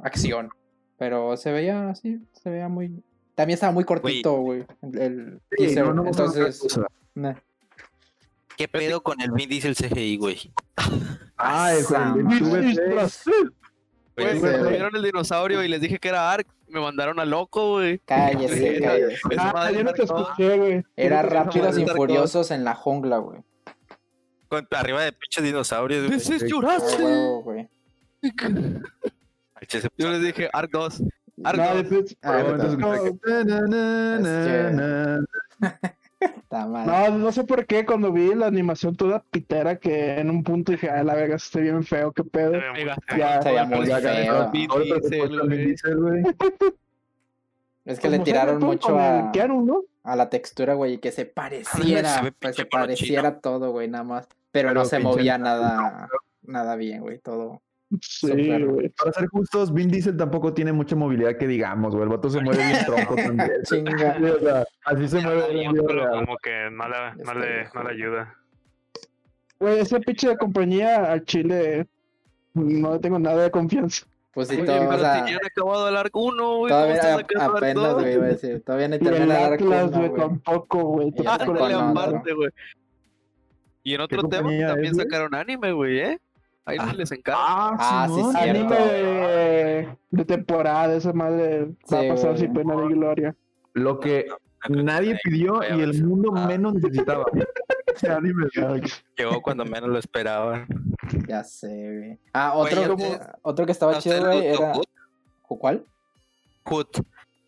Speaker 5: acción. Pero se veía así, se veía muy... También estaba muy cortito, güey. El, el
Speaker 3: Sí,
Speaker 5: teaser,
Speaker 3: no, no, no,
Speaker 5: Entonces...
Speaker 3: o sea,
Speaker 5: meh.
Speaker 1: ¿Qué pedo con el Vin Diesel CGI, güey?
Speaker 3: Ah, el
Speaker 5: Esa
Speaker 3: juego
Speaker 5: madre.
Speaker 3: de VFX.
Speaker 2: Güey,
Speaker 1: Pues
Speaker 5: Sí,
Speaker 2: cuando
Speaker 5: güey.
Speaker 2: vieron el dinosaurio y les dije que era Ark, me mandaron a loco, güey.
Speaker 5: Cállese,
Speaker 2: Sí,
Speaker 5: cállese.
Speaker 2: Esa
Speaker 6: Ah,
Speaker 2: madre
Speaker 6: yo no te
Speaker 2: está toda-
Speaker 6: escuché, güey.
Speaker 5: Era
Speaker 2: Creo que
Speaker 5: Rápidos
Speaker 2: jamás
Speaker 5: y
Speaker 2: estar
Speaker 5: Furiosos en la jungla, güey.
Speaker 1: Con- arriba de pinches dinosaurios, güey.
Speaker 2: This is
Speaker 5: Ah,
Speaker 2: Jurassic.
Speaker 5: huevo, güey.
Speaker 1: Ay, che, se-
Speaker 2: Yo les dije Ark 2. Ark
Speaker 6: No,
Speaker 2: 2.
Speaker 6: después-
Speaker 5: Ah,
Speaker 3: Pero entonces
Speaker 6: no,
Speaker 3: como que- na, na, na, na, na.
Speaker 5: Está mal.
Speaker 6: No, no sé por qué cuando vi la animación toda pitera que en un punto dije, ay, la verga, esté bien feo, qué pedo.
Speaker 4: Se ve muy
Speaker 2: Mega.
Speaker 4: feo.
Speaker 6: Ya,
Speaker 5: Se veía muy
Speaker 2: Pues,
Speaker 3: Ya gané
Speaker 5: feo.
Speaker 3: todo- todo el
Speaker 2: Vin Diesel,
Speaker 3: presupuesto al Vin
Speaker 2: güey.
Speaker 3: Diesel, güey.
Speaker 5: es que le tiraron mucho
Speaker 6: con
Speaker 5: a,
Speaker 6: el Keanu, ¿no?
Speaker 5: a la textura, güey, y que se
Speaker 1: Se ve
Speaker 5: pareciera. Pues
Speaker 1: pinche
Speaker 5: se pareciera todo, güey, nada más. Pero no
Speaker 3: Pero
Speaker 5: se
Speaker 3: pinche
Speaker 5: movía nada, nada bien, güey, todo.
Speaker 6: Sí,
Speaker 5: Súper.
Speaker 6: güey.
Speaker 3: Para ser justos, Vin Diesel tampoco tiene mucha movilidad que digamos, güey. El vato se mueve bien tronco también.
Speaker 5: Chinga.
Speaker 3: Sí, o sea, así se mueve él en vida
Speaker 4: Pero
Speaker 3: real.
Speaker 4: como que no, la- no
Speaker 5: Está
Speaker 4: le,
Speaker 5: viejo.
Speaker 4: no le ayuda.
Speaker 6: Güey, esa pinche compañía al Chile no le tengo nada de confianza.
Speaker 5: Pues sí,
Speaker 2: Oye,
Speaker 5: todo, o
Speaker 2: pero
Speaker 5: sea,
Speaker 2: tenían acabado el Ark 1, güey. ¿cómo
Speaker 5: todavía
Speaker 2: están
Speaker 5: a-
Speaker 2: sacando Ark
Speaker 5: apenas,
Speaker 2: 2?
Speaker 5: güey, iba a decir. Todavía ni
Speaker 6: Y el
Speaker 5: termina de dar
Speaker 6: Atlas,
Speaker 5: cuenta,
Speaker 6: güey,
Speaker 5: güey.
Speaker 6: tampoco, güey.
Speaker 5: Y el
Speaker 6: tampoco
Speaker 5: Atlas,
Speaker 2: Ándale,
Speaker 6: lo
Speaker 5: no,
Speaker 6: conozco.
Speaker 5: no.
Speaker 2: Ah, aparte, güey. Y en otro tema
Speaker 3: compañía es,
Speaker 2: también
Speaker 3: güey?
Speaker 2: sacaron anime, güey, ¿eh? Ahí sí les encargo.
Speaker 3: Ah,
Speaker 5: Ah, sí,
Speaker 3: Simón.
Speaker 5: sí, sí.
Speaker 6: Anime
Speaker 5: Cierto.
Speaker 6: de, de temporada, esa madre va
Speaker 5: Sí,
Speaker 6: a pasar
Speaker 5: güey.
Speaker 6: sin pena ni gloria.
Speaker 3: Lo que nadie pidió y el mundo menos necesitaba. Ese anime, güey.
Speaker 1: Llegó cuando menos lo esperaba.
Speaker 5: Ya sé, güey. Ah,
Speaker 1: Oye,
Speaker 5: otro,
Speaker 1: ¿ustedes-
Speaker 5: otro que estaba
Speaker 1: ¿a
Speaker 5: chido,
Speaker 1: ustedes les
Speaker 5: güey,
Speaker 1: gustó
Speaker 5: era...
Speaker 1: Hood?
Speaker 5: ¿Cuál?
Speaker 1: Hood,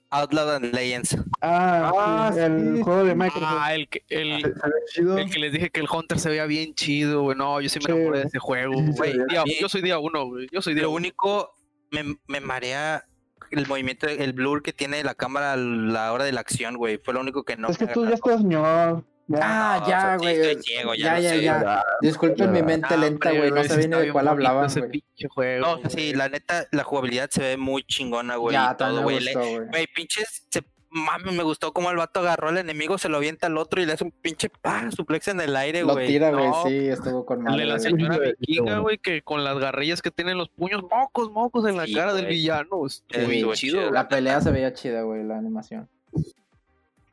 Speaker 1: Outlaw and Legends.
Speaker 6: Ah,
Speaker 3: Ah,
Speaker 6: sí, el
Speaker 3: sí.
Speaker 6: juego de Microsoft.
Speaker 2: Ah, el que,
Speaker 3: Se-
Speaker 2: el,
Speaker 3: se ve chido.
Speaker 2: el que les dije que el Hunter se veía bien chido, güey. No, yo sí me
Speaker 6: Sí,
Speaker 2: enamoré
Speaker 6: güey.
Speaker 2: de ese juego,
Speaker 3: Sí, sí, se
Speaker 2: güey.
Speaker 3: veía
Speaker 2: Día-
Speaker 1: bien.
Speaker 2: Yo soy día uno, güey. Yo soy día
Speaker 1: Lo
Speaker 2: uno.
Speaker 1: único, me, me marea el movimiento, el blur que tiene la cámara a la hora de la acción, güey. Fue lo único que no
Speaker 6: es que
Speaker 1: me
Speaker 6: tú ya
Speaker 1: agarró.
Speaker 6: estás ñor. Ya.
Speaker 5: Ah,
Speaker 1: no,
Speaker 5: ya,
Speaker 1: o sea, sí
Speaker 5: güey.
Speaker 1: estoy ciego, ya
Speaker 5: ya,
Speaker 1: lo
Speaker 5: ya,
Speaker 1: sé.
Speaker 5: ya. Disculpen mi
Speaker 3: Ah,
Speaker 5: mente lenta, güey. No
Speaker 2: sí
Speaker 5: sabía ni
Speaker 2: está
Speaker 5: de
Speaker 2: bien
Speaker 5: cuál
Speaker 2: bonito
Speaker 5: hablaban,
Speaker 2: ese
Speaker 5: güey.
Speaker 2: pinche juego.
Speaker 1: No, o sea, sí, la neta, la jugabilidad se ve muy chingona, güey.
Speaker 5: Ya,
Speaker 1: y todo,
Speaker 5: también me
Speaker 1: güey. Le-
Speaker 5: gustó, güey.
Speaker 1: Güey, pinches, se, mami, me gustó cómo el vato agarró al enemigo, se lo avienta al otro y le hace un pinche ¡pah! suplex en el aire,
Speaker 5: Lo
Speaker 1: güey.
Speaker 5: tira,
Speaker 1: No,
Speaker 5: güey, sí, estuvo con
Speaker 2: El de
Speaker 5: madre.
Speaker 2: la
Speaker 5: güey.
Speaker 2: señora
Speaker 3: güey.
Speaker 2: vikinga, güey, que con las garrillas que tienen los puños, mocos, mocos en la
Speaker 1: Sí,
Speaker 2: cara del
Speaker 1: güey.
Speaker 2: villano. Estuvo
Speaker 1: Eh,
Speaker 2: bien
Speaker 1: estuvo
Speaker 2: chido,
Speaker 1: chido,
Speaker 2: güey.
Speaker 5: La pelea se veía chida, güey, la animación.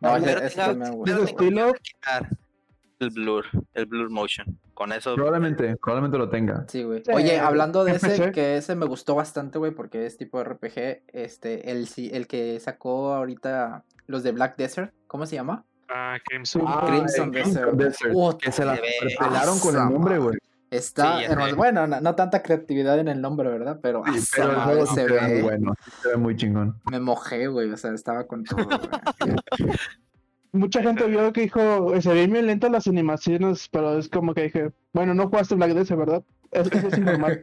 Speaker 5: No,
Speaker 1: Pero
Speaker 5: ese,
Speaker 1: tenga-
Speaker 5: ese también, güey.
Speaker 1: pero
Speaker 6: Ese
Speaker 1: tenga que
Speaker 6: estilo.
Speaker 1: quitar Ah, El blur, el blur motion. Con eso.
Speaker 3: Probablemente, probablemente lo tenga.
Speaker 5: Sí, güey.
Speaker 6: Sí,
Speaker 5: Oye, hablando de
Speaker 6: empecé.
Speaker 5: ese, que ese me gustó bastante, güey, porque es tipo RPG. Este, el, si- el que sacó ahorita los de Black Desert, ¿cómo se llama?
Speaker 4: Ah, Crimson.
Speaker 6: Ah,
Speaker 5: Crimson
Speaker 3: el
Speaker 5: Desert.
Speaker 3: Desert.
Speaker 5: Uh,
Speaker 3: Que se la
Speaker 1: se ve
Speaker 3: pelaron con el
Speaker 5: asa
Speaker 3: nombre, güey.
Speaker 5: Está,
Speaker 1: Sí, ya
Speaker 5: hermoso.
Speaker 1: sé.
Speaker 5: bueno, no, no tanta creatividad en el nombre, ¿verdad? Pero,
Speaker 3: Sí,
Speaker 5: asa
Speaker 3: pero el
Speaker 5: madre,
Speaker 3: juego sí
Speaker 5: se
Speaker 3: se ve muy
Speaker 5: ve.
Speaker 3: bueno. sí Se ve muy chingón.
Speaker 5: Me mojé, güey, o sea, estaba con todo, güey.
Speaker 6: Mucha gente vio que dijo, se ven bien lentas las animaciones, pero es como que dije, bueno, no jugaste Black Desert, ¿verdad? Es que eso es normal.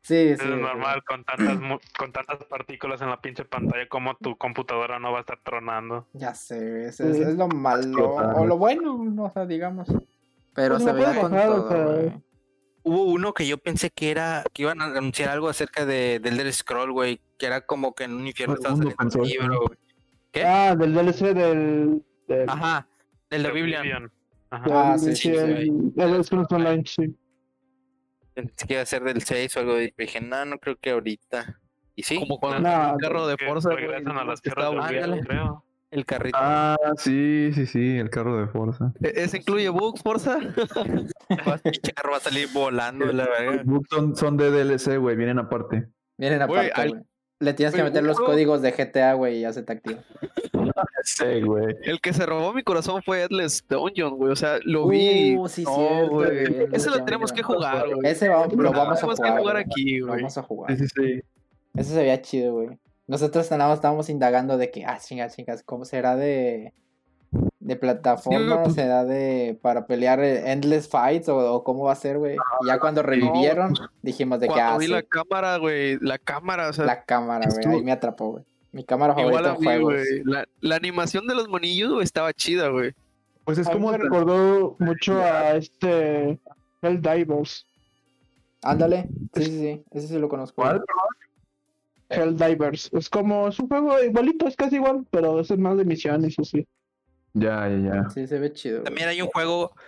Speaker 5: sí,
Speaker 4: Es
Speaker 5: sí.
Speaker 4: normal con tantas mu- con tantas partículas en la pinche pantalla como tu computadora no va a estar tronando.
Speaker 5: Ya sé, güey, es, es-
Speaker 6: Sí.
Speaker 5: es lo malo.
Speaker 3: Explotar.
Speaker 5: O lo bueno, no, o sea, digamos. Pero
Speaker 6: Pues
Speaker 5: se
Speaker 6: me puede
Speaker 5: veía con
Speaker 6: bajar, o
Speaker 5: todo,
Speaker 6: sea,
Speaker 5: güey.
Speaker 1: hubo uno que yo pensé que era que iban a anunciar algo acerca de, del del Scroll, güey, que era como que en un infierno
Speaker 3: Todo el
Speaker 1: estabas leyendo un
Speaker 3: mundo pensó eso.
Speaker 1: libro, güey.
Speaker 3: ¿Eh?
Speaker 1: ¿Qué?
Speaker 6: Ah, del DLC del. del
Speaker 1: Ajá, del de Biblia.
Speaker 4: Oblivion.
Speaker 6: del-
Speaker 4: Ajá.
Speaker 5: Ah, sí,
Speaker 6: del-
Speaker 5: sí,
Speaker 6: el- el Scrolls Online, sí.
Speaker 1: Pensé que iba a ser del 6 o algo, y dije, no, no creo que ahorita. Y sí,
Speaker 2: Como cuando
Speaker 6: Nah,
Speaker 2: salió el carro de
Speaker 4: Que
Speaker 2: Forza, güey,
Speaker 4: regresan a
Speaker 2: nomás
Speaker 4: las
Speaker 2: que
Speaker 4: tierras de
Speaker 2: estaba-
Speaker 1: Ándale.
Speaker 4: Oblivion, creo.
Speaker 1: el carrito.
Speaker 3: Ah, sí, sí, sí, el carro de fuerza.
Speaker 2: ¿E- ¿Ese incluye bugs, Forza?
Speaker 1: Pinche carro va a salir volando, la
Speaker 3: Los
Speaker 1: verga.
Speaker 3: books son, son de DLC, güey, vienen aparte.
Speaker 5: Miren
Speaker 2: Güey,
Speaker 5: aparte,
Speaker 2: al-
Speaker 5: güey. Le tienes que
Speaker 2: Güey,
Speaker 5: meter
Speaker 2: un
Speaker 5: los
Speaker 2: juego-
Speaker 5: códigos de GTA, güey, y ya se te activa.
Speaker 3: Sí, güey.
Speaker 2: El que se robó mi corazón fue Endless Dungeon, güey. O sea, lo vi.
Speaker 5: Uh, sí,
Speaker 2: No,
Speaker 5: cierto,
Speaker 2: güey.
Speaker 5: güey, Endless
Speaker 2: Ese lo tenemos
Speaker 5: Dungeon.
Speaker 2: que jugar, güey.
Speaker 5: Ese va- lo
Speaker 2: Ah,
Speaker 5: vamos a
Speaker 2: tenemos que
Speaker 5: jugar.
Speaker 2: jugar
Speaker 5: güey.
Speaker 2: aquí,
Speaker 5: Lo
Speaker 2: güey.
Speaker 5: vamos a jugar.
Speaker 3: Sí, sí, sí.
Speaker 5: Eso se veía chido, güey. Nosotros nada más estábamos indagando de que, ah, chingas, chingas, ¿cómo será de, de plataforma?
Speaker 2: pues-
Speaker 5: ¿Será de para pelear eh, Endless Fights o, o cómo va a ser, güey? Y ya cuando revivieron, dijimos de que,
Speaker 2: Cuando
Speaker 5: ah,
Speaker 2: vi
Speaker 5: sí,
Speaker 2: la
Speaker 5: la,
Speaker 2: cámara, güey. La cámara, o sea,
Speaker 5: cámara, güey. Ahí
Speaker 2: estuvo-
Speaker 5: me atrapó, güey. Mi cámara
Speaker 2: igual
Speaker 5: favorita
Speaker 2: a
Speaker 5: en
Speaker 2: mí,
Speaker 5: juegos.
Speaker 2: güey. La, la animación de los monillos, güey, estaba chida, güey.
Speaker 3: Pues es
Speaker 6: Es como
Speaker 3: como
Speaker 6: me recordó mucho a este. El Divers.
Speaker 5: Ándale. Sí, sí, sí. Ese sí lo conozco.
Speaker 3: ¿Cuál? Eh.
Speaker 6: Helldivers. Es como, es un juego igualito, es casi igual, pero ese es más de misiones, así.
Speaker 3: Ya, ya, ya.
Speaker 5: Sí, se ve chido. güey.
Speaker 1: También hay un juego
Speaker 5: pues,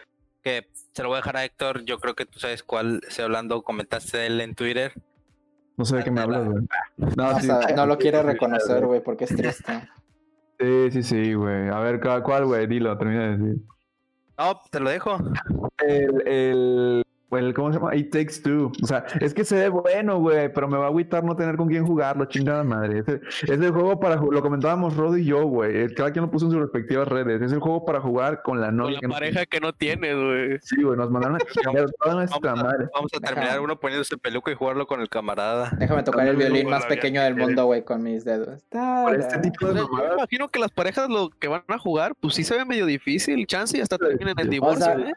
Speaker 1: que se lo voy a dejar a Héctor, yo creo que tú sabes cuál, estoy hablando, comentaste de él en Twitter.
Speaker 3: No sé de qué me hablas, güey. No,
Speaker 5: O
Speaker 3: sí,
Speaker 5: sea,
Speaker 3: sí,
Speaker 5: no lo
Speaker 3: sí,
Speaker 5: quiere
Speaker 3: sí,
Speaker 5: reconocer, güey, porque es triste.
Speaker 3: Sí, sí, sí, güey. A ver, ¿cuál, cuál, güey? Dilo, termina de decir.
Speaker 1: No, te lo dejo.
Speaker 3: El, el, el, ¿cómo se llama? It Takes Two. O sea, es que se ve bueno, güey, pero me va a agüitar no tener con quién jugarlo, chingada madre. Ese- Es, el juego para jugar, lo comentábamos Rod y yo, güey. eh, Cada quien lo puso en sus respectivas redes. Es el juego para jugar con la
Speaker 2: Con
Speaker 3: novia.
Speaker 2: la
Speaker 3: que no-
Speaker 2: pareja que no tienes,
Speaker 5: Pues,
Speaker 2: güey.
Speaker 3: Sí, güey, nos mandaron a chingar toda nuestra
Speaker 1: Vamos a,
Speaker 3: madre.
Speaker 1: vamos a terminar
Speaker 5: Ajá.
Speaker 1: uno poniéndose peluca y jugarlo con el camarada.
Speaker 5: Déjame tocar el
Speaker 4: También
Speaker 5: violín
Speaker 4: hubo
Speaker 5: más
Speaker 4: la
Speaker 5: pequeño del mundo, güey, con mis dedos.
Speaker 3: Por este tipo de
Speaker 2: Yo me
Speaker 3: mamadas.
Speaker 2: imagino que las parejas lo que van a jugar, pues sí se ve medio difícil. Chance y hasta terminen en
Speaker 5: O
Speaker 2: divorcio,
Speaker 5: sea,
Speaker 2: ¿eh?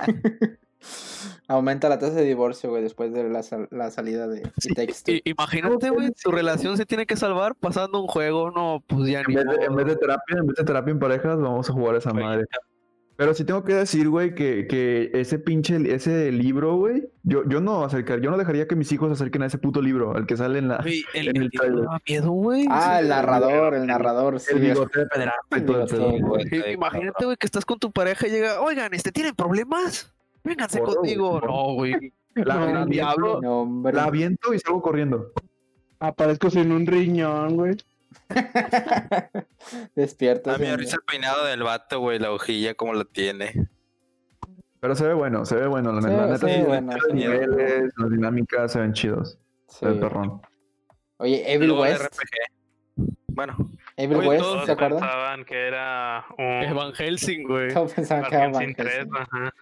Speaker 5: aumenta la tasa de divorcio, güey, después de la, sal- la salida de It Takes Two.
Speaker 2: I- imagínate, güey, tu relación se tiene que salvar pasando un juego. No, pues ya
Speaker 3: En
Speaker 2: ni
Speaker 3: vez, de, en
Speaker 2: modo.
Speaker 3: vez de terapia, en vez de terapia en parejas, vamos a jugar a esa
Speaker 1: Oye,
Speaker 3: madre. Pero sí tengo que decir, güey, que, que ese pinche, li- ese libro, güey, yo, yo no acercar, yo no dejaría que mis hijos se acerquen a ese puto libro, al que sale en la...
Speaker 2: Güey, el, el
Speaker 3: en el
Speaker 2: libro
Speaker 3: trailer.
Speaker 2: daba miedo, güey.
Speaker 5: Ah, el narrador, el narrador, sí.
Speaker 3: El bigote de pedrasta y
Speaker 5: El
Speaker 3: todo el
Speaker 5: bigote,
Speaker 3: pedo.
Speaker 1: güey,
Speaker 2: I-
Speaker 1: está
Speaker 2: Imagínate, güey, que estás con tu pareja y llega, oigan, este, ¿tienen problemas? Vénganse
Speaker 3: Gordo, güey,
Speaker 2: conmigo.
Speaker 3: gordo.
Speaker 2: No, güey.
Speaker 3: La,
Speaker 6: No,
Speaker 3: la
Speaker 2: diablo.
Speaker 3: aviento,
Speaker 5: No, hombre.
Speaker 3: la aviento y salgo corriendo.
Speaker 6: Aparezco sin un riñón, güey.
Speaker 5: Despierta.
Speaker 1: A mí me
Speaker 5: señor.
Speaker 1: da risa el peinado del vato, güey, la hojilla, como la tiene.
Speaker 3: Pero se ve bueno, se ve bueno, la,
Speaker 5: Sí,
Speaker 3: la neta.
Speaker 5: sí,
Speaker 3: sí,
Speaker 5: bueno,
Speaker 3: los
Speaker 5: sí.
Speaker 3: niveles, las dinámicas se ven chidos.
Speaker 5: Sí.
Speaker 3: Se ve perrón.
Speaker 5: Oye, Evil
Speaker 1: Luego el
Speaker 5: West.
Speaker 1: RPG. Bueno,
Speaker 5: Evil
Speaker 2: Oye,
Speaker 5: West,
Speaker 2: todos
Speaker 5: ¿se
Speaker 4: Todos
Speaker 5: acuerdan?
Speaker 4: pensaban que era un
Speaker 2: Van Helsing, güey.
Speaker 5: Todos pensaban que era
Speaker 4: Van
Speaker 5: Van
Speaker 4: Helsing 3,
Speaker 5: Helsing.
Speaker 4: ajá.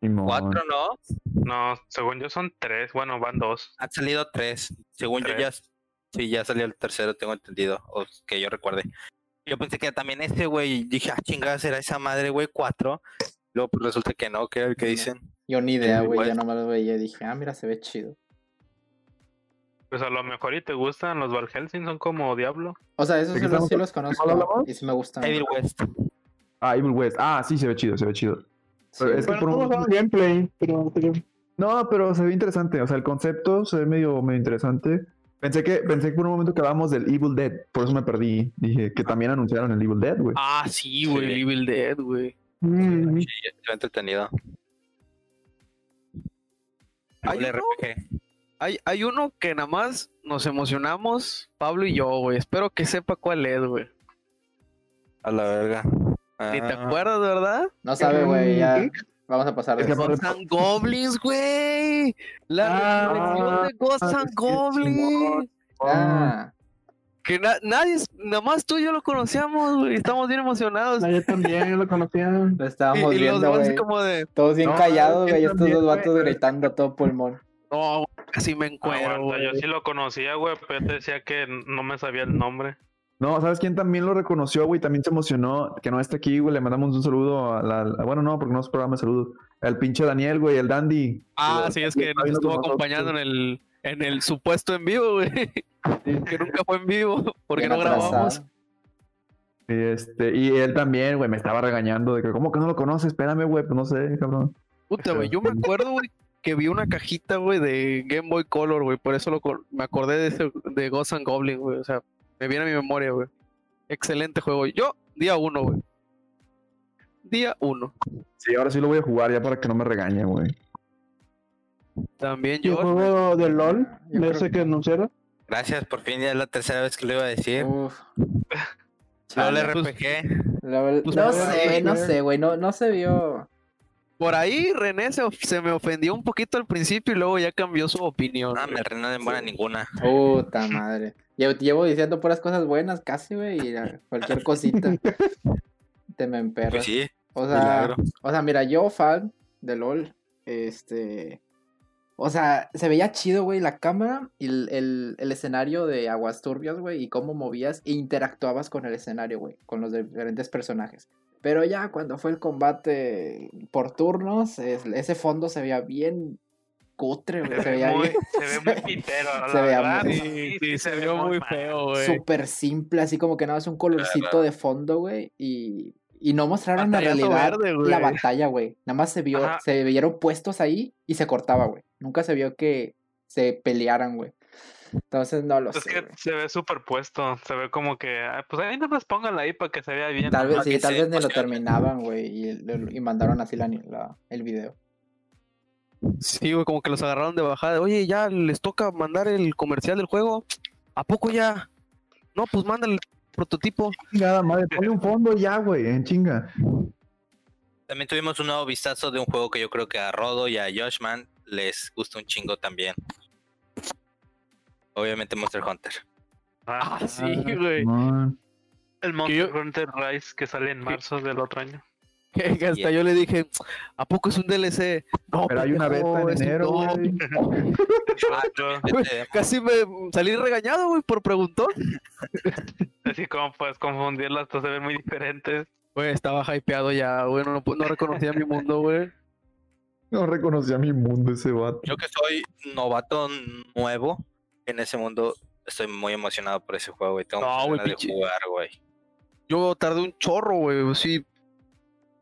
Speaker 3: Simón.
Speaker 1: cuatro no,
Speaker 4: No, según yo son tres, bueno, van dos.
Speaker 1: han salido tres. Según yo ya,
Speaker 4: Tres.
Speaker 1: sí, ya salió el tercero, tengo entendido, o que yo recuerde. Yo pensé que también ese, güey, dije, ah, chingada, será esa madre, güey, cuatro. Luego pues, resulta que no, que era el que
Speaker 5: No.
Speaker 1: dicen.
Speaker 5: Yo ni idea,
Speaker 1: Evil
Speaker 5: güey, yo
Speaker 1: West.
Speaker 5: nomás lo veía y dije, ah, mira, se ve chido.
Speaker 4: Pues a lo mejor y te gustan los Van Helsing, son como Diablo.
Speaker 5: O sea, esos
Speaker 3: ¿De
Speaker 5: sí
Speaker 3: qué
Speaker 5: los,
Speaker 3: estamos
Speaker 5: sí los conozco
Speaker 3: cuál hablamos?
Speaker 5: y sí me gustan.
Speaker 1: Evil West.
Speaker 3: Ah, Evil West. Ah, sí, se ve chido, se ve chido.
Speaker 5: Sí,
Speaker 3: Pero es que
Speaker 6: Bueno,
Speaker 3: por un-
Speaker 6: no mostraron gameplay, pero pero-
Speaker 3: No, pero se ve interesante. O sea, el concepto se ve medio, medio interesante. Pensé que, pensé que por un momento que hablábamos del Evil Dead, por eso me perdí. Dije que también anunciaron el Evil Dead, güey.
Speaker 2: Ah, sí, güey,
Speaker 1: Sí.
Speaker 2: Evil Dead, güey.
Speaker 6: Mm,
Speaker 1: Sí, estuvo entretenido.
Speaker 2: Hay
Speaker 1: Doble
Speaker 2: uno-
Speaker 1: RPG.
Speaker 2: Hay, hay uno que nada más nos emocionamos, Pablo y yo, güey. Espero que sepa cuál es, güey.
Speaker 1: A la verga.
Speaker 2: Ni te
Speaker 1: Ah,
Speaker 2: acuerdas, ¿verdad?
Speaker 5: No sabe, güey, ya. Vamos a pasar de
Speaker 3: Es que
Speaker 5: eso.
Speaker 3: aparte-
Speaker 2: Ghosts and Goblins, güey. La
Speaker 6: Ah,
Speaker 2: resurrección de Ghosts and
Speaker 3: sí,
Speaker 2: Goblins.
Speaker 3: Simón.
Speaker 5: Ah,
Speaker 2: Que na- nadie, es- nada más tú y yo lo conocíamos, güey. Estamos bien emocionados.
Speaker 6: no, yo también lo conocía.
Speaker 5: lo
Speaker 2: Y,
Speaker 5: estábamos
Speaker 2: y los
Speaker 5: viendo,
Speaker 2: demás así
Speaker 5: güey.
Speaker 2: como de,
Speaker 5: Todos bien
Speaker 3: No,
Speaker 5: callados,
Speaker 3: yo
Speaker 5: güey. Estos
Speaker 3: también,
Speaker 5: dos
Speaker 3: güey.
Speaker 5: vatos gritando a todo pulmón.
Speaker 2: no, casi me encuentro,
Speaker 4: Aguanta, Ah, yo
Speaker 2: güey.
Speaker 4: sí lo conocía, güey, pero yo te decía que no me sabía el nombre.
Speaker 3: No, ¿sabes quién también lo reconoció, güey? También se emocionó que no está aquí, güey. Le mandamos un saludo a la. a- bueno, no, porque no es programa de saludos. Al pinche Daniel, güey, el Dandy.
Speaker 2: Ah, sí, es que nos estuvo acompañando en el, en el supuesto en vivo, güey. Que nunca fue en vivo, porque
Speaker 5: Bien
Speaker 2: no
Speaker 5: atrasado.
Speaker 2: grabamos.
Speaker 3: Y, este, y él también, güey, me estaba regañando de que, ¿cómo que no lo conoces? Espérame, güey, pues no sé, cabrón.
Speaker 2: Puta, güey, yo me acuerdo, güey, que vi una cajita, güey, de Game Boy Color, güey. Por eso lo col- me acordé de, ese, de Ghost and Goblin, güey. O sea, me viene a mi memoria, güey. Excelente juego. Yo, día uno, güey. Día uno.
Speaker 3: Sí, ahora sí lo voy a jugar ya para que no me regañe, güey.
Speaker 2: También
Speaker 6: Y el
Speaker 2: yo.
Speaker 6: juego de LOL,
Speaker 5: Yo
Speaker 6: de
Speaker 5: creo
Speaker 6: ese
Speaker 5: que-
Speaker 6: que anunciaron.
Speaker 1: Gracias, por fin ya es la tercera vez que lo iba a decir.
Speaker 5: Uf.
Speaker 1: No le
Speaker 5: Chale.
Speaker 1: RPG.
Speaker 5: Lo-
Speaker 2: Pues
Speaker 5: no
Speaker 2: me voy a
Speaker 5: sé, no
Speaker 6: perder.
Speaker 5: sé, güey. No, no se vio.
Speaker 2: Por ahí René se, of- se me ofendió un poquito al principio y luego ya cambió su opinión.
Speaker 1: Ah,
Speaker 2: güey.
Speaker 1: me no en buena ninguna.
Speaker 5: Puta madre. Llevo, llevo diciendo puras cosas buenas casi, güey. Y la- cualquier cosita. Te me
Speaker 1: Pues
Speaker 5: emperras.
Speaker 1: sí,
Speaker 5: O sea,
Speaker 1: milagro.
Speaker 5: o sea, mira, yo fan de LOL, este... O sea, se veía chido, güey, la cámara y el, el- el escenario de Aguas Turbias, güey, y cómo movías e interactuabas con el escenario, güey, con los diferentes personajes. Pero ya cuando fue el combate por turnos, es- ese fondo se veía bien cutre, güey, se
Speaker 4: Se ve
Speaker 5: veía
Speaker 4: muy,
Speaker 5: bien
Speaker 4: se ve muy pitero, la
Speaker 5: se vea
Speaker 4: verdad.
Speaker 5: muy-
Speaker 4: a
Speaker 2: Sí,
Speaker 4: mí
Speaker 2: sí, se vio muy
Speaker 4: mal.
Speaker 2: feo, güey.
Speaker 5: súper simple, así como que nada más un colorcito de fondo, güey, y, y no mostraron la
Speaker 2: Pantallazo
Speaker 5: realidad
Speaker 2: verde,
Speaker 5: la
Speaker 2: güey.
Speaker 5: batalla, güey. Nada más se vio,
Speaker 4: Ajá.
Speaker 5: se vieron puestos ahí y se cortaba, güey. Nunca se vio que se pelearan, güey. Entonces no lo
Speaker 4: Es
Speaker 5: sé.
Speaker 4: Pues que
Speaker 5: güey.
Speaker 4: se ve superpuesto, se ve como que, ah, pues ahí nada más póngala ahí para que se vea bien.
Speaker 5: Tal
Speaker 4: ¿no?
Speaker 5: vez, sí,
Speaker 1: que
Speaker 5: tal
Speaker 1: se
Speaker 5: vez ni lo
Speaker 1: emocione.
Speaker 5: terminaban, güey, y, lo- y mandaron así la, ni- la- el video.
Speaker 2: Sí, güey, como que los agarraron de bajada. Oye, ya les toca mandar el comercial del juego. ¿A poco ya? No, pues manda el prototipo.
Speaker 3: Chingada madre, ponle un fondo ya, güey, en chinga.
Speaker 1: También tuvimos un nuevo vistazo de un juego que yo creo que a Rodo y a Joshman les gusta un chingo también. Obviamente Monster Hunter.
Speaker 4: Ah,
Speaker 2: Ah, sí, güey.
Speaker 3: Ah,
Speaker 4: el Monster Hunter Rise que sale en marzo del otro año.
Speaker 2: Que Hasta
Speaker 1: Yeah.
Speaker 2: yo le dije, ¿a poco es un DLC? No,
Speaker 3: Pero hay una
Speaker 2: pendejo, este
Speaker 3: beta en
Speaker 2: es un
Speaker 3: enero,
Speaker 2: no".
Speaker 3: güey.
Speaker 4: Ah, yo-
Speaker 1: Este,
Speaker 2: Casi me salí regañado, güey, por preguntón.
Speaker 4: Así como puedes confundirlas, todas se ven muy diferentes.
Speaker 2: Güey, estaba hypeado ya, güey. No, no reconocía mi mundo, güey.
Speaker 3: No reconocía mi mundo ese vato.
Speaker 1: Yo que soy novato nuevo en ese mundo, estoy muy emocionado por ese juego, güey. Tengo
Speaker 2: No,
Speaker 1: muchas
Speaker 2: güey,
Speaker 1: ganas
Speaker 2: pinche-
Speaker 1: de jugar, güey.
Speaker 2: Yo tardé un chorro, güey. Sí,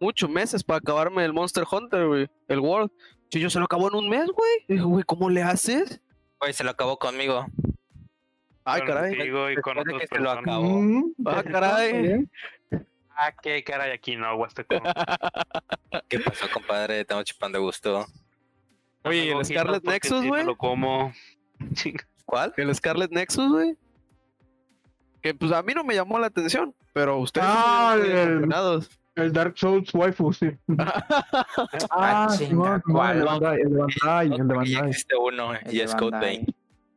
Speaker 2: muchos meses para acabarme el Monster Hunter, güey. El World. Sí, yo se lo acabó en un mes, güey. Dije, güey, ¿cómo le haces?
Speaker 1: Güey, se lo acabó conmigo.
Speaker 2: Ay,
Speaker 4: Con-
Speaker 2: caray.
Speaker 4: contigo y
Speaker 1: Después
Speaker 4: con
Speaker 1: de
Speaker 4: otras
Speaker 1: que se lo
Speaker 4: personas.
Speaker 1: acabó.
Speaker 6: Mm,
Speaker 2: Ah, caray.
Speaker 4: Ah, qué caray, aquí no, Huasteco.
Speaker 1: ¿Qué pasó, compadre? Estamos chupando gusto.
Speaker 2: Oye, ¿y el Scarlet
Speaker 4: pues,
Speaker 2: Nexus, güey?
Speaker 4: Lo como. Chinga.
Speaker 1: ¿Cuál?
Speaker 2: El Scarlet Nexus, güey. Que pues a mí no me llamó la atención, pero ustedes
Speaker 6: Ah,
Speaker 2: estuvieron muy
Speaker 6: el-
Speaker 2: emocionados.
Speaker 6: El Dark Souls waifu, sí.
Speaker 5: Ah, chinga,
Speaker 3: Simón, Simón,
Speaker 5: ¿cuál?
Speaker 3: el de Bandai, el de Bandai, el
Speaker 1: Porque ya
Speaker 3: de
Speaker 6: eh.
Speaker 3: Bandai.
Speaker 1: existe uno
Speaker 5: El
Speaker 1: y
Speaker 5: de
Speaker 1: es Code
Speaker 5: Bandai.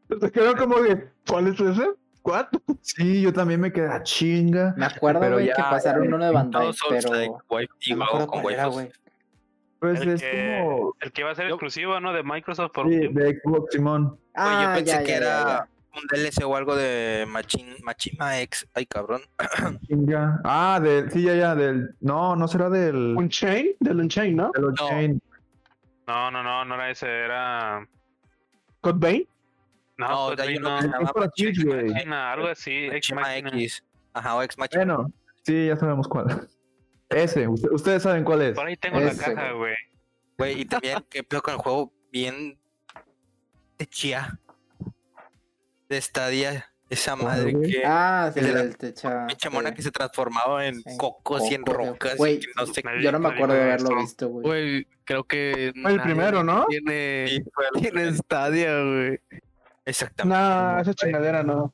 Speaker 1: Vein.
Speaker 6: Se quedó como que, ¿cuál es ese? ¿Cuál?
Speaker 3: Sí, yo también me quedé "Ah, chinga.
Speaker 5: Me acuerdo,
Speaker 3: Pero
Speaker 5: güey,
Speaker 3: ya,
Speaker 5: que pasaron
Speaker 3: ya,
Speaker 5: uno de Bandai,
Speaker 1: Todos son
Speaker 5: eh. pero
Speaker 1: like, güey, y
Speaker 5: no me
Speaker 1: luego
Speaker 5: acuerdo
Speaker 1: con
Speaker 5: cuál era,
Speaker 1: waifus.
Speaker 5: güey.
Speaker 3: Pues
Speaker 4: El
Speaker 3: es
Speaker 4: que,
Speaker 3: como
Speaker 4: el que va a ser
Speaker 2: Yo-
Speaker 4: exclusivo, ¿no? De Microsoft por
Speaker 3: sí,
Speaker 4: un tiempo.
Speaker 3: de Xbox, Simón.
Speaker 1: Güey, yo
Speaker 5: Ah,
Speaker 1: pensé
Speaker 5: ya,
Speaker 1: que
Speaker 5: ya,
Speaker 1: era
Speaker 5: ya, ya.
Speaker 1: un DLC o algo de Machin, Machima X. Ay, cabrón.
Speaker 3: Chinga. Ah, del, sí, ya, ya, del. No, no será del.
Speaker 6: Unchained, del Unchained, ¿no?
Speaker 3: del Unchained.
Speaker 4: No, no, no, no era ese, era.
Speaker 6: Code Vein.
Speaker 4: No,
Speaker 1: No,
Speaker 4: pues,
Speaker 1: de ahí
Speaker 4: güey,
Speaker 1: uno
Speaker 4: no.
Speaker 1: que se
Speaker 3: Es
Speaker 1: llama
Speaker 3: para Switch, güey.
Speaker 4: Machina, algo así. Ex
Speaker 1: Machima
Speaker 4: Machina.
Speaker 1: X. Ajá, o Ex Machina.
Speaker 3: Bueno, sí, ya sabemos cuál. Ese, usted- ustedes saben cuál es.
Speaker 4: Por ahí tengo
Speaker 5: Ese,
Speaker 4: la caja, güey.
Speaker 1: Güey, y también que peor con el juego bien de chía. De estadía. Esa madre
Speaker 3: güey.
Speaker 1: que.
Speaker 5: Ah, sí,
Speaker 1: el de
Speaker 5: el
Speaker 1: la
Speaker 5: del techa. este.
Speaker 1: pinche mona
Speaker 5: sí.
Speaker 1: que se transformaba en
Speaker 5: En
Speaker 1: cocos y en
Speaker 5: cocos, güey.
Speaker 1: rocas. y
Speaker 5: Güey,
Speaker 1: que no sé qué.
Speaker 4: Nadie-
Speaker 5: Yo no me
Speaker 4: nadie
Speaker 5: acuerdo de
Speaker 4: juega
Speaker 5: haberlo
Speaker 4: eso.
Speaker 5: visto, güey.
Speaker 2: Güey, creo que.
Speaker 6: Fue el
Speaker 2: nadie
Speaker 6: primero, ¿no?
Speaker 2: Tiene,
Speaker 1: fue el-
Speaker 2: tiene Stadia, güey.
Speaker 1: Exactamente.
Speaker 6: Nah, esa chingadera no.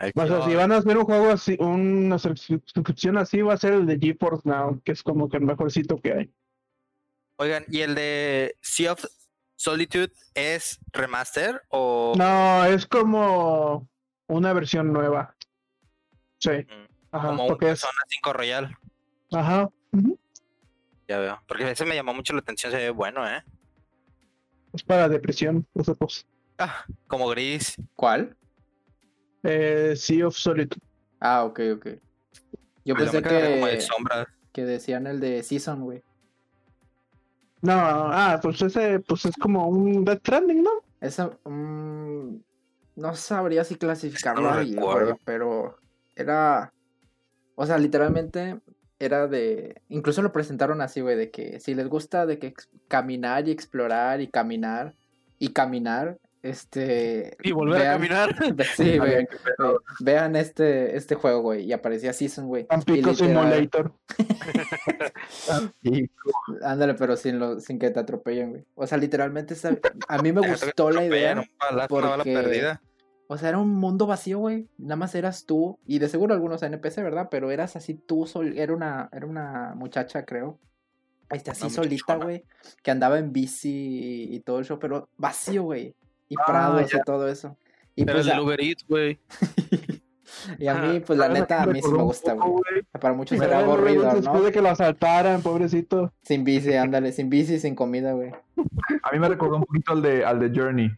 Speaker 1: Ay,
Speaker 6: O sea,
Speaker 1: no,
Speaker 6: si van a hacer un juego así, una suscrip- suscripción así, va a ser el de GeForce Now, que es como que el mejorcito que hay.
Speaker 1: Oigan, ¿y el de Sea of Solitude es remaster o
Speaker 6: No, es como una versión nueva. Sí.
Speaker 1: Mm.
Speaker 6: Ajá,
Speaker 1: como un
Speaker 6: porque es.
Speaker 1: Persona 5 Royal?
Speaker 6: Ajá. ujú,
Speaker 1: Ya veo. Porque ese me llamó mucho la atención, se ve bueno, ¿eh?
Speaker 6: Es para depresión, esa cosa.
Speaker 1: Ah, como gris.
Speaker 5: ¿Cuál?
Speaker 6: Eh, sea of Solitude.
Speaker 5: Ah, ok, ok. Yo
Speaker 1: pues,
Speaker 5: pensé
Speaker 1: me queda Como
Speaker 5: que,
Speaker 1: de sombra.
Speaker 5: que decían el de Season, güey.
Speaker 6: No, ah, pues ese, pues es como un Death Stranding, ¿no?
Speaker 5: Esa. mm, no sabría si clasificarlo
Speaker 1: No lo
Speaker 5: ahí, güey,
Speaker 1: recuerdo.
Speaker 5: pero era. O sea, literalmente era de. Incluso lo presentaron así, güey, de que si les gusta de que ex- caminar y explorar y caminar y caminar, este.
Speaker 2: Y volver a
Speaker 5: vean-
Speaker 2: caminar.
Speaker 5: ve- Sí,
Speaker 3: Ah,
Speaker 5: güey.
Speaker 3: bien, qué pedo.
Speaker 5: ve- Vean este, este juego, güey. Y aparecía Season, güey. y
Speaker 6: Tampico
Speaker 5: literal-
Speaker 6: Simulator.
Speaker 3: Y
Speaker 5: Ándale, pero sin, lo, sin que te atropellen, güey. O sea, literalmente, esa- a mí me
Speaker 1: Deja tú que
Speaker 5: gustó
Speaker 1: te
Speaker 5: la
Speaker 1: atropellen,
Speaker 5: idea.
Speaker 1: un balazo, una bala
Speaker 5: porque-
Speaker 1: perdida.
Speaker 5: O sea, era un mundo vacío, güey. Nada más eras tú y de seguro algunos NPC, ¿verdad? Pero eras así tú sol, era una era una muchacha, creo. Este, así
Speaker 1: Una
Speaker 5: solita,
Speaker 1: muchachona.
Speaker 5: güey, que andaba en bici y, y todo el show, pero vacío, güey. Y
Speaker 6: Ah,
Speaker 5: prados y todo eso. Y
Speaker 2: Era
Speaker 5: pues,
Speaker 2: el
Speaker 5: a,
Speaker 2: del Uber Eats, güey.
Speaker 5: y a mí, pues
Speaker 6: Ah,
Speaker 5: la neta, a mí sí me gusta, güey. Para muchos será
Speaker 6: Pero
Speaker 5: aburrido,
Speaker 6: Después
Speaker 5: ¿no?
Speaker 6: de que lo asaltaran, pobrecito.
Speaker 5: Sin bici, ándale, sin bici, y sin comida, güey.
Speaker 3: A mí me recordó un poquito al de, al de Journey.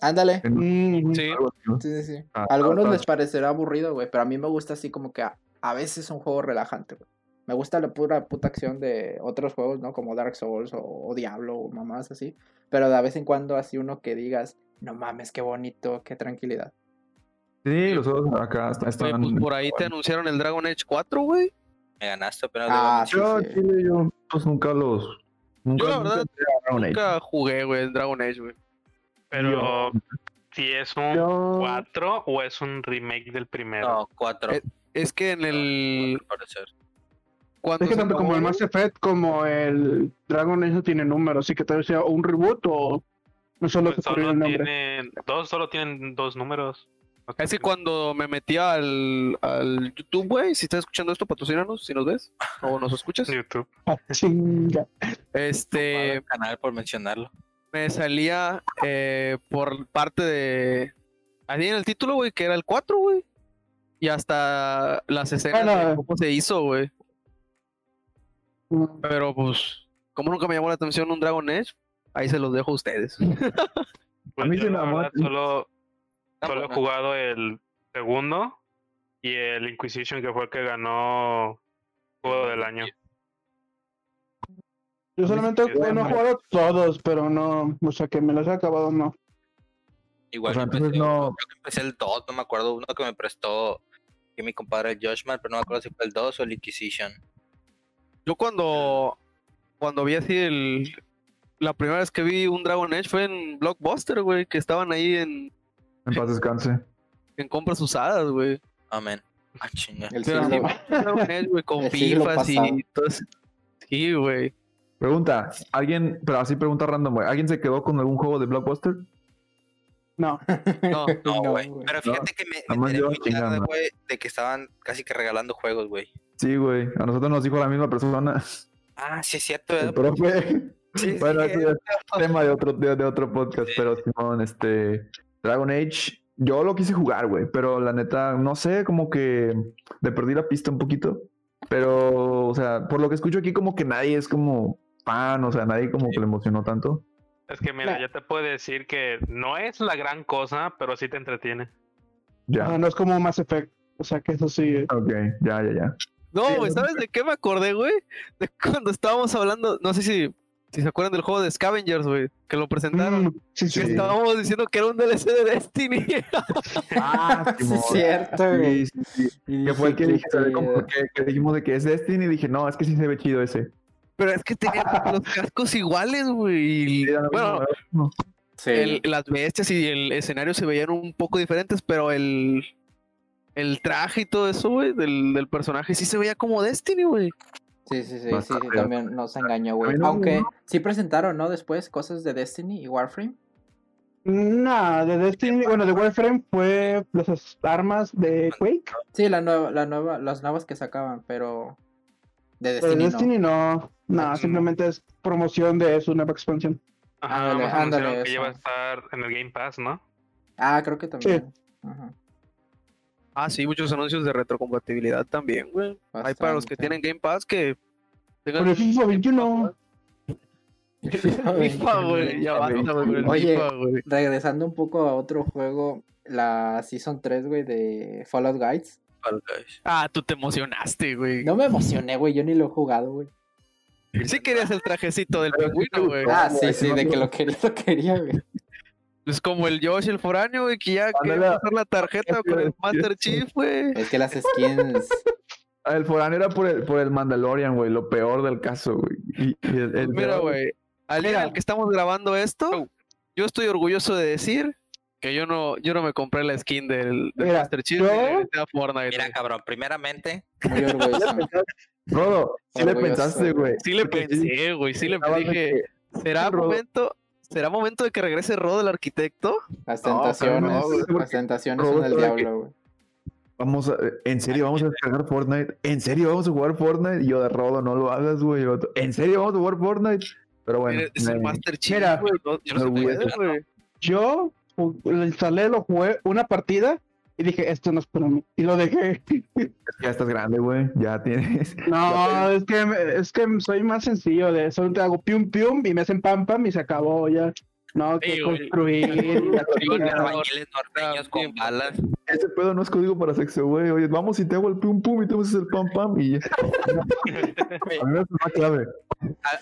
Speaker 5: Ándale.
Speaker 6: Mm,
Speaker 2: Sí.
Speaker 3: algo así, ¿no?
Speaker 5: Sí, sí, sí.
Speaker 3: Ah,
Speaker 5: A algunos
Speaker 3: ah,
Speaker 5: les parecerá aburrido, güey, pero a mí me gusta así como que a, a veces es un juego relajante, güey. Me gusta la pura puta acción de otros juegos, ¿no? Como Dark Souls o, o Diablo o mamás así. Pero de vez en cuando así uno que digas, no mames, qué bonito, qué tranquilidad.
Speaker 3: Sí, los otros acá están.
Speaker 2: Güey,
Speaker 3: están
Speaker 2: pues por ahí te anunciaron el Dragon Age 4, güey.
Speaker 1: Me ganaste, pero
Speaker 5: Ah, sí,
Speaker 3: Yo,
Speaker 5: sí.
Speaker 3: chile, yo, pues nunca los. Nunca,
Speaker 2: Yo, la verdad,
Speaker 3: nunca entré a Dragon Age.
Speaker 2: Nunca jugué, güey, el Dragon Age, güey.
Speaker 4: Pero si es un
Speaker 6: yo-
Speaker 4: 4 o es un remake del primero.
Speaker 1: no, cuatro.
Speaker 2: Eh, Es que en el.
Speaker 1: al parecer.
Speaker 2: Cuando
Speaker 6: Es que
Speaker 2: se
Speaker 6: tanto como el
Speaker 2: acabó,
Speaker 6: Mass Effect como el Dragon Age no tiene números, así que tal vez sea un reboot o no solo que
Speaker 4: Pues
Speaker 6: cambió
Speaker 4: solo
Speaker 6: el nombre.
Speaker 4: tienen dos, solo tienen dos números. No
Speaker 2: Es que
Speaker 4: tienen-
Speaker 2: cuando me metí al, al YouTube, güey, si estás escuchando esto, patrocínanos, si nos ves o nos escuchas.
Speaker 4: YouTube.
Speaker 6: Ah, chinga.
Speaker 1: Padre
Speaker 2: Este,
Speaker 1: el canal por mencionarlo.
Speaker 2: me salía eh, por parte de... Ahí en el título, güey, que era el 4, güey. Y hasta las escenas
Speaker 6: Bueno,
Speaker 2: de
Speaker 6: eh.
Speaker 2: cómo se hizo, güey.
Speaker 6: Mm,
Speaker 2: Pero pues, como nunca me llamó la atención un Dragon Edge, ahí se los dejo a ustedes.
Speaker 4: Pues
Speaker 3: mí
Speaker 4: yo,
Speaker 3: se me
Speaker 4: la
Speaker 3: llamó la
Speaker 4: verdad, solo,
Speaker 1: Ah,
Speaker 4: solo he
Speaker 1: bueno.
Speaker 4: jugado el segundo y el Inquisition, que fue el que ganó juego del año.
Speaker 6: Yo solamente
Speaker 4: Sí,
Speaker 6: bueno, he
Speaker 3: hombre.
Speaker 6: jugado todos, pero no, o sea que me los he acabado, no.
Speaker 1: Igual
Speaker 3: O sea,
Speaker 1: yo
Speaker 3: entonces
Speaker 1: empecé,
Speaker 3: no-
Speaker 1: creo que empecé el 2, no me acuerdo, uno que me prestó que mi compadre el Joshman, pero no me acuerdo si fue el 2 o el Inquisition.
Speaker 2: Yo cuando, cuando vi así el... La primera vez que vi un Dragon Edge fue en Blockbuster, güey, que estaban ahí en,
Speaker 3: En paz descanse.
Speaker 2: en compras usadas, güey.
Speaker 1: Amén. Ah, chinga.
Speaker 5: El
Speaker 2: Pero
Speaker 5: siglo-
Speaker 2: Dragon Age, güey, con
Speaker 5: El siglo
Speaker 2: FIFAs
Speaker 5: pasado.
Speaker 2: y todo eso. Sí, güey.
Speaker 3: Pregunta, alguien, pero así pregunta random, güey. ¿Alguien se quedó con algún juego de Blockbuster?
Speaker 6: No,
Speaker 1: No,
Speaker 2: No,
Speaker 5: No,
Speaker 1: güey.
Speaker 5: güey.
Speaker 1: Pero fíjate que me, me
Speaker 3: nada más
Speaker 1: enteré
Speaker 3: yo
Speaker 1: muy tarde,
Speaker 3: chingando.
Speaker 1: güey, de que estaban casi que regalando juegos, güey.
Speaker 3: Sí, güey. A nosotros nos dijo la misma persona.
Speaker 1: Ah, sí es cierto,
Speaker 3: El
Speaker 1: ¿verdad?
Speaker 3: profe.
Speaker 1: Sí, sí,
Speaker 3: Bueno,
Speaker 1: es
Speaker 3: ese ya es tema de otro, de, de otro podcast, pero Simón, este. Dragon Age, yo lo quise jugar, güey, pero la neta, no sé, como que le perdí la pista un poquito. Pero, o sea, por lo que escucho aquí, como que nadie es como fan, o sea, nadie como que le emocionó tanto.
Speaker 4: Es que mira,
Speaker 6: Nah.
Speaker 4: ya te puedo decir que no es la gran cosa, pero sí te entretiene.
Speaker 3: Ya,
Speaker 6: ah, no es como Mass Effect, o sea que eso sí.
Speaker 1: Ah,
Speaker 6: eh.
Speaker 3: ok, ya, ya, ya.
Speaker 2: no, güey, ¿sabes de qué me acordé, güey? De cuando estábamos hablando, no sé si, si se acuerdan del juego de Scavengers, güey, que lo presentaron.
Speaker 6: Mm, sí, sí.
Speaker 2: Que estábamos diciendo que era un DLC de Destiny.
Speaker 3: Ah,
Speaker 5: Sí, es cierto, güey.
Speaker 3: Sí, sí, sí. Que fue el que, dije,
Speaker 2: este
Speaker 3: como que- que dijimos de que es Destiny y dije, no, es que sí se ve chido ese.
Speaker 2: Pero es que tenía los cascos iguales, güey. y-
Speaker 3: Sí, era lo
Speaker 2: Bueno,
Speaker 3: mismo,
Speaker 5: Sí.
Speaker 2: el- las bestias y el escenario se veían un poco diferentes, pero el, el traje y todo eso, güey, del, del personaje sí se veía como Destiny, güey.
Speaker 5: Sí, sí, sí, sí, sí,
Speaker 3: Bastante.
Speaker 5: también nos engañó, güey.
Speaker 3: También hubo
Speaker 5: Aunque
Speaker 3: uno-
Speaker 5: sí presentaron, ¿no? Después cosas de Destiny y Warframe.
Speaker 6: Nah, de Destiny, bueno, de Warframe fue las armas de Quake.
Speaker 5: Sí, la nueva, la nueva, las nuevas que sacaban, pero de
Speaker 6: De
Speaker 5: Destiny, no.
Speaker 6: Destiny no, no,
Speaker 4: Mm.
Speaker 6: simplemente es promoción de su nueva expansión.
Speaker 4: Ajá,
Speaker 5: Ándale,
Speaker 4: nada más anunciaron
Speaker 5: ándale,
Speaker 4: que ya va a
Speaker 5: eso.
Speaker 4: estar en el Game Pass, ¿no?
Speaker 5: Ah, creo que también. Ajá,
Speaker 2: Ah, sí, muchos anuncios de retrocompatibilidad también, güey. Hay para los que
Speaker 5: bastante.
Speaker 2: tienen Game Pass que tengan
Speaker 6: Pero el FIFA
Speaker 2: Game
Speaker 6: 21.
Speaker 2: Pass, güey. FIFA, güey, ya basta, güey, con el
Speaker 5: Oye.
Speaker 2: FIFA, güey.
Speaker 5: Regresando un poco a otro juego, la Season 3, güey, de Fallout Guides.
Speaker 1: Fall Guys.
Speaker 2: Ah, tú te emocionaste, güey.
Speaker 5: No me emocioné, güey, yo ni lo he jugado, güey.
Speaker 2: Sí querías el trajecito del pingüino, güey.
Speaker 5: Ah,
Speaker 3: güey,
Speaker 5: sí,
Speaker 3: no
Speaker 5: sí,
Speaker 3: me
Speaker 5: de que
Speaker 3: acuerdo.
Speaker 5: lo quería, lo quería, güey.
Speaker 2: Es como el Josh, el foráneo, güey, que ya quiere
Speaker 3: Ándale.
Speaker 2: pasar la tarjeta
Speaker 3: Eso
Speaker 2: con
Speaker 3: iba a
Speaker 2: el
Speaker 3: decir.
Speaker 2: Master Chief, güey.
Speaker 5: Es que las skins,
Speaker 3: El foráneo era por el, por el Mandalorian, güey. Lo peor del caso, güey. Y- y el- el
Speaker 2: Mira,
Speaker 3: peor-
Speaker 2: güey, al día al que estamos grabando esto, yo estoy orgulloso de decir que yo no, yo no me compré la skin del, del
Speaker 6: Mira,
Speaker 2: Master Chief ni le
Speaker 6: yo-
Speaker 2: metí a Fortnite.
Speaker 1: Mira,
Speaker 2: güey.
Speaker 1: cabrón, primeramente,
Speaker 5: Muy orgulloso.
Speaker 3: Rodo, sí le
Speaker 5: Orgulloso,
Speaker 3: pensaste,
Speaker 5: güey.
Speaker 3: güey.
Speaker 2: Sí le
Speaker 3: Porque
Speaker 2: pensé, güey, sí le
Speaker 3: estabas de
Speaker 2: dije,
Speaker 3: que,
Speaker 2: ¿será
Speaker 3: Rodo.
Speaker 2: momento, ¿será momento de que regrese Rod el arquitecto?
Speaker 5: Las
Speaker 3: No,
Speaker 5: tentaciones,
Speaker 3: cabrón, no, güey, porque
Speaker 5: las tentaciones son
Speaker 3: Roberto
Speaker 5: el
Speaker 3: de que-
Speaker 5: diablo, güey.
Speaker 3: Vamos a, en serio, vamos a descargar Fortnite. En serio, vamos a jugar Fortnite. Y yo de Rodo, no lo hagas, güey. Y el otro, En serio, vamos a jugar Fortnite. Pero bueno, eh,
Speaker 2: Es el
Speaker 3: me-
Speaker 2: Master Chief,
Speaker 6: Mira,
Speaker 2: güey, no- yo no
Speaker 3: me
Speaker 2: sé
Speaker 3: voy a
Speaker 2: ustedes, güey.
Speaker 6: Yo ju- lo instalé, lo jugué una partida y dije, esto no es para mí. Y lo dejé.
Speaker 3: ya estás grande, güey. Ya tienes.
Speaker 6: No, es que, me- es que soy más sencillo de eso. Te hago pium pium y me hacen pam pam y se acabó ya. No, que
Speaker 2: Sí, güey.
Speaker 6: construir. y la
Speaker 2: Digo,
Speaker 6: chingada.
Speaker 2: no,
Speaker 1: albañiles norteños con balas.
Speaker 3: Ese pedo no es código para sexo, güey. Oye, vamos y te hago el pum pum y tú me haces el pam pam y ya. A mí me sonó clave.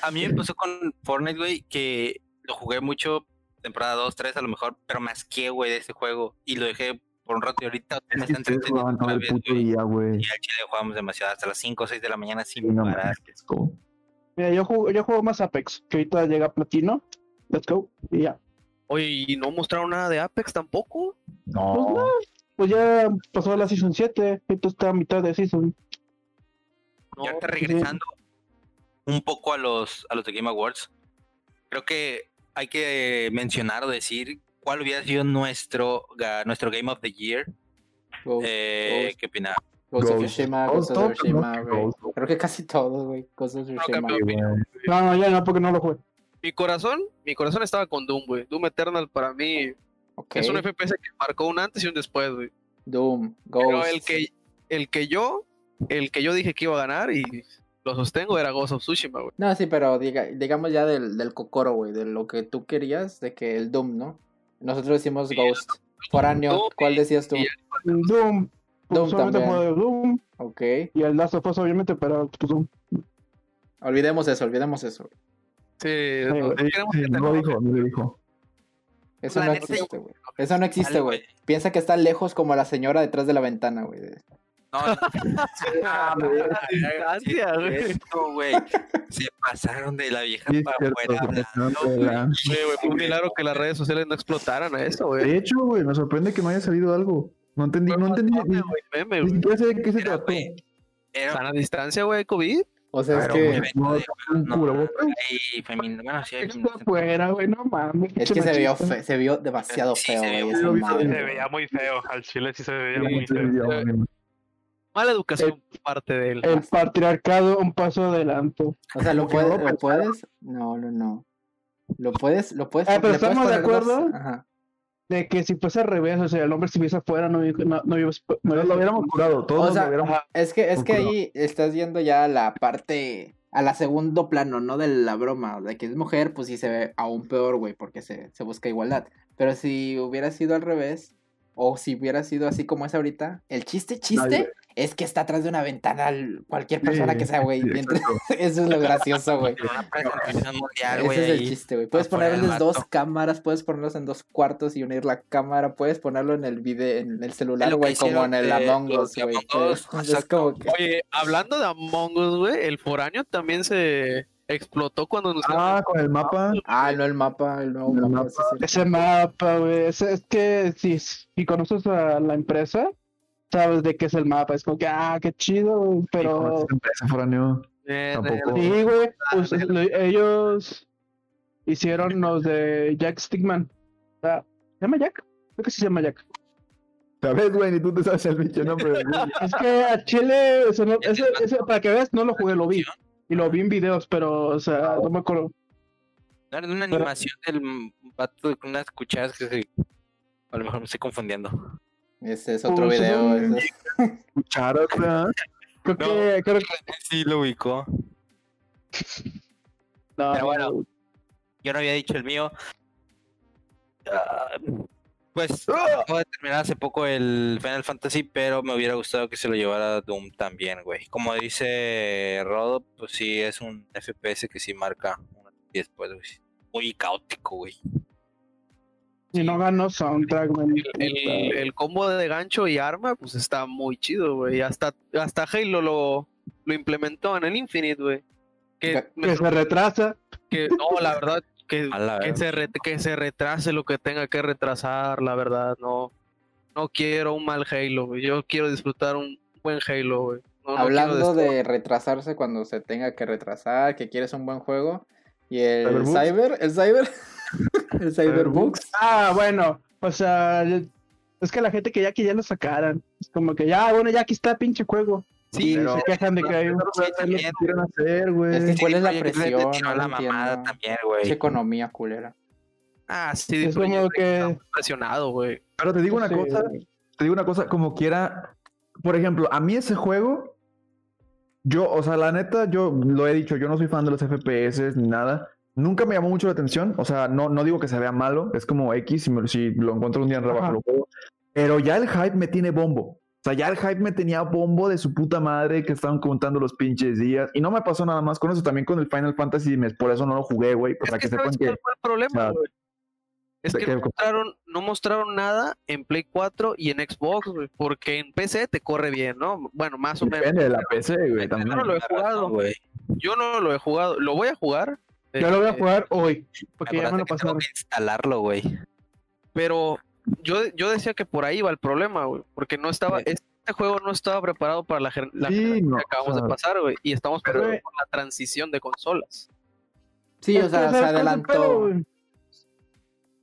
Speaker 1: A, a mí me pasó con Fortnite, güey, que lo jugué mucho, temporada 2, 3 a lo mejor, pero me asqué, güey, de ese juego. Y lo dejé por un rato y ahorita me
Speaker 3: Es
Speaker 1: está
Speaker 3: que ustedes
Speaker 1: entreteniendo
Speaker 3: jugaban todo
Speaker 1: otra
Speaker 3: el
Speaker 1: vez,
Speaker 3: puto
Speaker 1: güey.
Speaker 3: día, güey.
Speaker 1: Y al chile jugábamos demasiado, hasta las 5 o 6 de la mañana sin
Speaker 3: No
Speaker 1: parar.
Speaker 3: mames, qué asco.
Speaker 6: Mira, yo juego, yo juego más Apex, que ahorita llega Platino. Let's go. Y ya.
Speaker 2: Oye, y no mostraron nada de Apex tampoco.
Speaker 6: Pues no,
Speaker 3: No.
Speaker 6: pues ya pasó la Season 7. Ahorita está a mitad de Season.
Speaker 1: Y ahorita
Speaker 6: No,
Speaker 1: regresando un poco a los, a los de Game Awards, creo que hay que mencionar o decir cuál hubiera sido nuestro, ga- nuestro Game of the Year.
Speaker 5: Ghost,
Speaker 1: Eh,
Speaker 5: Ghost,
Speaker 1: ¿Qué opinas?
Speaker 5: Ghost of
Speaker 3: Ghost.
Speaker 5: Tsushima,
Speaker 3: Ghost
Speaker 5: Ghost of
Speaker 3: of-
Speaker 5: Tsushima,
Speaker 3: no,
Speaker 5: güey.
Speaker 3: Ghost.
Speaker 5: Creo que casi todos, güey. Ghost of Tsushima.
Speaker 2: campeón.
Speaker 6: No, no, ya no, porque no lo juego.
Speaker 2: Mi corazón, mi corazón estaba con Doom, güey. Doom Eternal para mí
Speaker 5: Ok.
Speaker 2: es un FPS que marcó un antes y un después, güey.
Speaker 5: Doom, Ghost.
Speaker 2: Pero el que, el que yo, el que yo dije que iba a ganar y lo sostengo era Ghost of Tsushima, güey.
Speaker 5: No, sí, pero diga- digamos ya del, del Kokoro, güey, de lo que tú querías, de que el Doom, ¿no? Nosotros decimos
Speaker 2: Sí,
Speaker 5: Ghost. Foráneo,
Speaker 2: Doom
Speaker 5: ¿cuál decías tú?
Speaker 2: y-
Speaker 6: Doom. Pues
Speaker 5: Doom
Speaker 6: solamente
Speaker 5: también.
Speaker 6: juego de Doom.
Speaker 5: Ok.
Speaker 6: Y el Last of Us, obviamente, pero pues, Doom.
Speaker 5: Olvidemos eso, olvidemos eso. güey.
Speaker 2: Sí,
Speaker 6: Sí,
Speaker 2: no,
Speaker 6: güey.
Speaker 2: queremos que
Speaker 3: Pues No
Speaker 2: te-
Speaker 3: lo dijo, no lo dijo.
Speaker 5: Eso
Speaker 1: La
Speaker 5: no
Speaker 1: neta,
Speaker 5: existe, güey. Eso no existe,
Speaker 1: Dale,
Speaker 5: güey. Piensa que está lejos como la señora detrás de la ventana, güey.
Speaker 1: No, no. Ah,
Speaker 2: distancia, güey.
Speaker 1: Esto, güey. Se pasaron de la vieja
Speaker 3: Sí, es
Speaker 1: para
Speaker 3: cierto,
Speaker 1: afuera hablando,
Speaker 3: no,
Speaker 1: güey.
Speaker 3: la-
Speaker 2: güey, güey, fue un milagro que las redes sociales no explotaran a eso, güey.
Speaker 3: De hecho, güey, me sorprende que no haya salido algo. No entendí,
Speaker 2: Fue
Speaker 3: no entendí.
Speaker 2: mame,
Speaker 3: ni-
Speaker 2: güey, meme,
Speaker 3: Ni
Speaker 2: güey.
Speaker 3: siquiera sé de qué se
Speaker 1: Era,
Speaker 3: trató.
Speaker 1: güey, era
Speaker 2: Sana distancia, güey, COVID.
Speaker 5: O sea, es
Speaker 3: Pero,
Speaker 5: que...
Speaker 3: güey,
Speaker 1: evento
Speaker 3: no,
Speaker 1: de-
Speaker 3: un
Speaker 1: no,
Speaker 3: cubrebocas.
Speaker 1: ahí femenino. Bueno, sí, hay
Speaker 6: Está
Speaker 1: feministas.
Speaker 6: afuera, güey, no mames.
Speaker 5: Es que se vio,
Speaker 6: machista.
Speaker 5: fe- se vio demasiado
Speaker 1: Sí,
Speaker 5: feo,
Speaker 1: se vio
Speaker 5: güey.
Speaker 3: muy
Speaker 5: esa
Speaker 3: feo.
Speaker 5: madre,
Speaker 4: Se
Speaker 5: güey.
Speaker 4: veía muy feo. Al chile sí se veía
Speaker 2: Sí,
Speaker 4: muy
Speaker 3: Sí,
Speaker 4: feo.
Speaker 3: ya, güey.
Speaker 2: Mala
Speaker 3: Eh,
Speaker 2: educación por parte de él.
Speaker 6: El patriarcado un paso adelante.
Speaker 5: O sea,
Speaker 3: Como
Speaker 5: ¿lo
Speaker 3: que
Speaker 5: puedes,
Speaker 3: no
Speaker 5: ¿lo puedes? No, no, no. ¿Lo puedes? ¿Lo puedes?
Speaker 6: Ah,
Speaker 5: ¿le
Speaker 6: pero
Speaker 5: puedes
Speaker 6: estamos de
Speaker 5: poner dos?
Speaker 6: acuerdo.
Speaker 5: Ajá.
Speaker 6: De que si fuese al revés, o sea, el hombre estuviese afuera, no, no, no, hubiese- no
Speaker 3: No
Speaker 6: hubiese-
Speaker 3: lo hubiéramos curado, todos
Speaker 5: O
Speaker 3: nos
Speaker 5: sea,
Speaker 3: lo hubiéramos
Speaker 5: Es que, es que
Speaker 3: Concuerdo.
Speaker 5: ahí estás yendo ya a la parte, a la segundo plano, ¿no? De la broma, de que es mujer, pues sí se ve aún peor, güey, porque se, se busca igualdad. Pero si hubiera sido al revés, o si hubiera sido así como es ahorita, el chiste, chiste,
Speaker 3: güey.
Speaker 5: es que está atrás de una ventana el- cualquier persona
Speaker 3: Sí,
Speaker 5: que sea, güey.
Speaker 3: sí,
Speaker 5: mientras- Eso es lo gracioso, güey.
Speaker 1: Pero una presentación mundial,
Speaker 5: Ese
Speaker 1: güey.
Speaker 5: es el
Speaker 1: ahí.
Speaker 5: chiste, güey. Puedes
Speaker 1: afuera del
Speaker 5: ponerles dos
Speaker 1: vato.
Speaker 5: cámaras, puedes ponerlos en dos cuartos y unir la cámara, puedes ponerlo en el video, en el celular,
Speaker 1: Es lo que
Speaker 5: güey, como
Speaker 1: hicieron,
Speaker 5: en el
Speaker 1: eh,
Speaker 5: Among
Speaker 1: los
Speaker 5: Us,
Speaker 1: de
Speaker 5: güey.
Speaker 1: Among Us,
Speaker 5: Entonces, Es
Speaker 1: exacto.
Speaker 5: como que...
Speaker 2: Oye, hablando de Among Us, güey, el foráneo también se explotó cuando nos
Speaker 3: Ah, con el mapa.
Speaker 5: Ah, no, el mapa, el nuevo
Speaker 3: El
Speaker 5: mapa.
Speaker 3: mapa.
Speaker 5: sí, sí.
Speaker 6: Ese mapa, güey. ese- Es, que si, si conoces a la empresa, sabes de qué es el mapa. Es como que, ah, qué chido, güey, pero.
Speaker 3: Empresa foráneo.
Speaker 2: Eh,
Speaker 3: Tampoco.
Speaker 2: eh,
Speaker 6: Sí, güey. pues, lo- ellos hicieron los de Jack Stigman. Ah, ¿Se llama Jack? Creo que sí se llama Jack.
Speaker 3: ¿Sabes, güey? Ni tú te sabes el bicho nombre. güey.
Speaker 6: Es que a Chile, o sea, no-
Speaker 1: ¿Ya te
Speaker 6: ese-
Speaker 1: has
Speaker 6: ese- para que veas, no lo jugué, lo vi. Y lo vi en videos, pero, o sea, no me acuerdo.
Speaker 1: No era de una
Speaker 6: Pero-
Speaker 1: animación del vato con unas cucharas que se. A lo mejor me estoy confundiendo.
Speaker 5: Ese es otro
Speaker 6: Pues,
Speaker 5: video.
Speaker 6: mm,
Speaker 5: ese es-
Speaker 3: Cuchara, ¿verdad?
Speaker 6: Creo
Speaker 1: No.
Speaker 6: que, creo que.
Speaker 1: Sí, lo ubicó.
Speaker 6: No,
Speaker 1: Pero bueno. Yo no había dicho el mío. Ah, pues acabo de terminar hace poco el Final Fantasy, pero me hubiera gustado que se lo llevara Doom también, güey. Como dice Rodo, pues sí es un FPS que sí marca un antes y después, güey. Muy caótico, güey.
Speaker 6: sí, Y no ganó soundtrack, güey.
Speaker 2: el, el combo de gancho y arma, pues está muy chido, güey. Hasta, hasta Halo lo, lo implementó en el Infinite, güey. Que,
Speaker 5: Ga-
Speaker 2: me
Speaker 6: Que se
Speaker 2: sor-
Speaker 6: retrasa.
Speaker 2: que- no, la verdad, que,
Speaker 1: A la
Speaker 2: que,
Speaker 1: verga.
Speaker 2: se re- que se retrase lo que tenga que retrasar, la verdad, no. No quiero un mal Halo, güey. Yo quiero disfrutar un buen Halo, güey. No- no quiero
Speaker 5: Hablando
Speaker 2: destruir-
Speaker 5: de retrasarse cuando se tenga que retrasar, que quieres un buen juego. Y el
Speaker 3: Cyberbooks.
Speaker 5: Cyber, el Cyber, el Cyberbooks.
Speaker 3: Cyberbooks.
Speaker 6: Ah, bueno, o sea, es que la gente quería que ya lo sacaran. Es como que ya, bueno, ya aquí está pinche juego.
Speaker 2: Sí,
Speaker 6: y
Speaker 1: pero-
Speaker 6: se quejan de que hay un
Speaker 1: Sí, también.
Speaker 3: quieren hacer,
Speaker 5: Es
Speaker 3: güey.
Speaker 5: que cuál es la
Speaker 1: Oye, Red Dead
Speaker 5: presión,
Speaker 1: tiró
Speaker 5: no
Speaker 1: la
Speaker 5: lo
Speaker 1: mamada
Speaker 5: entiendo.
Speaker 1: también,
Speaker 5: Es
Speaker 1: güey.
Speaker 5: economía culera.
Speaker 2: Ah, sí,
Speaker 6: Es
Speaker 2: disfruté,
Speaker 6: como
Speaker 2: güey,
Speaker 6: que-
Speaker 2: estaba impresionado, güey.
Speaker 3: Pero te digo una
Speaker 6: Sí,
Speaker 3: cosa,
Speaker 6: güey.
Speaker 3: te digo una cosa, como quiera, por ejemplo, a mí ese juego, yo, o sea, la neta, yo lo he dicho, yo no soy fan de los FPS ni nada. Nunca me llamó mucho la atención, o sea, no, no digo que se vea malo, es como X, si, me- si lo encuentro un día en rebajo
Speaker 6: Ajá.
Speaker 3: lo juego. Pero ya el hype me tiene bombo. O sea, ya el hype me tenía bombo de su puta madre que estaban contando los pinches días. Y no me pasó nada más con eso, también con el Final Fantasy, me- por eso no lo jugué, güey.
Speaker 2: Es
Speaker 3: Para que,
Speaker 2: que
Speaker 3: sepan
Speaker 2: ¿sabes
Speaker 3: que...
Speaker 2: cuál fue el problema,
Speaker 3: sea,
Speaker 2: güey? Es
Speaker 3: de
Speaker 2: que
Speaker 3: que-
Speaker 2: no mostraron, no mostraron nada en Play 4 y en Xbox, güey, porque en PC te corre bien, ¿no? Bueno, más o menos.
Speaker 3: Depende de la PC, güey, también.
Speaker 2: no lo he
Speaker 1: Tienes razón,
Speaker 2: jugado.
Speaker 1: güey.
Speaker 2: Yo no lo he jugado, lo voy a jugar.
Speaker 6: Yo lo voy a
Speaker 2: este,
Speaker 6: jugar hoy, porque ya me
Speaker 1: Acuérdate
Speaker 6: lo
Speaker 1: que tengo
Speaker 6: pasaron.
Speaker 1: que instalarlo, güey.
Speaker 2: Pero yo, yo decía que por ahí va el problema, güey, porque no estaba,
Speaker 1: Sí.
Speaker 2: este juego no estaba preparado para la, gen- la
Speaker 3: Sí,
Speaker 2: generación
Speaker 3: no,
Speaker 2: que acabamos
Speaker 3: o sea,
Speaker 2: de pasar, güey, y estamos
Speaker 3: pero- eh
Speaker 2: pasando por la transición de consolas.
Speaker 5: Sí,
Speaker 6: Es
Speaker 5: o
Speaker 6: Pues que
Speaker 5: sea,
Speaker 6: ¿sabes
Speaker 5: se
Speaker 6: cuál es el pedo,
Speaker 5: adelantó.
Speaker 6: güey?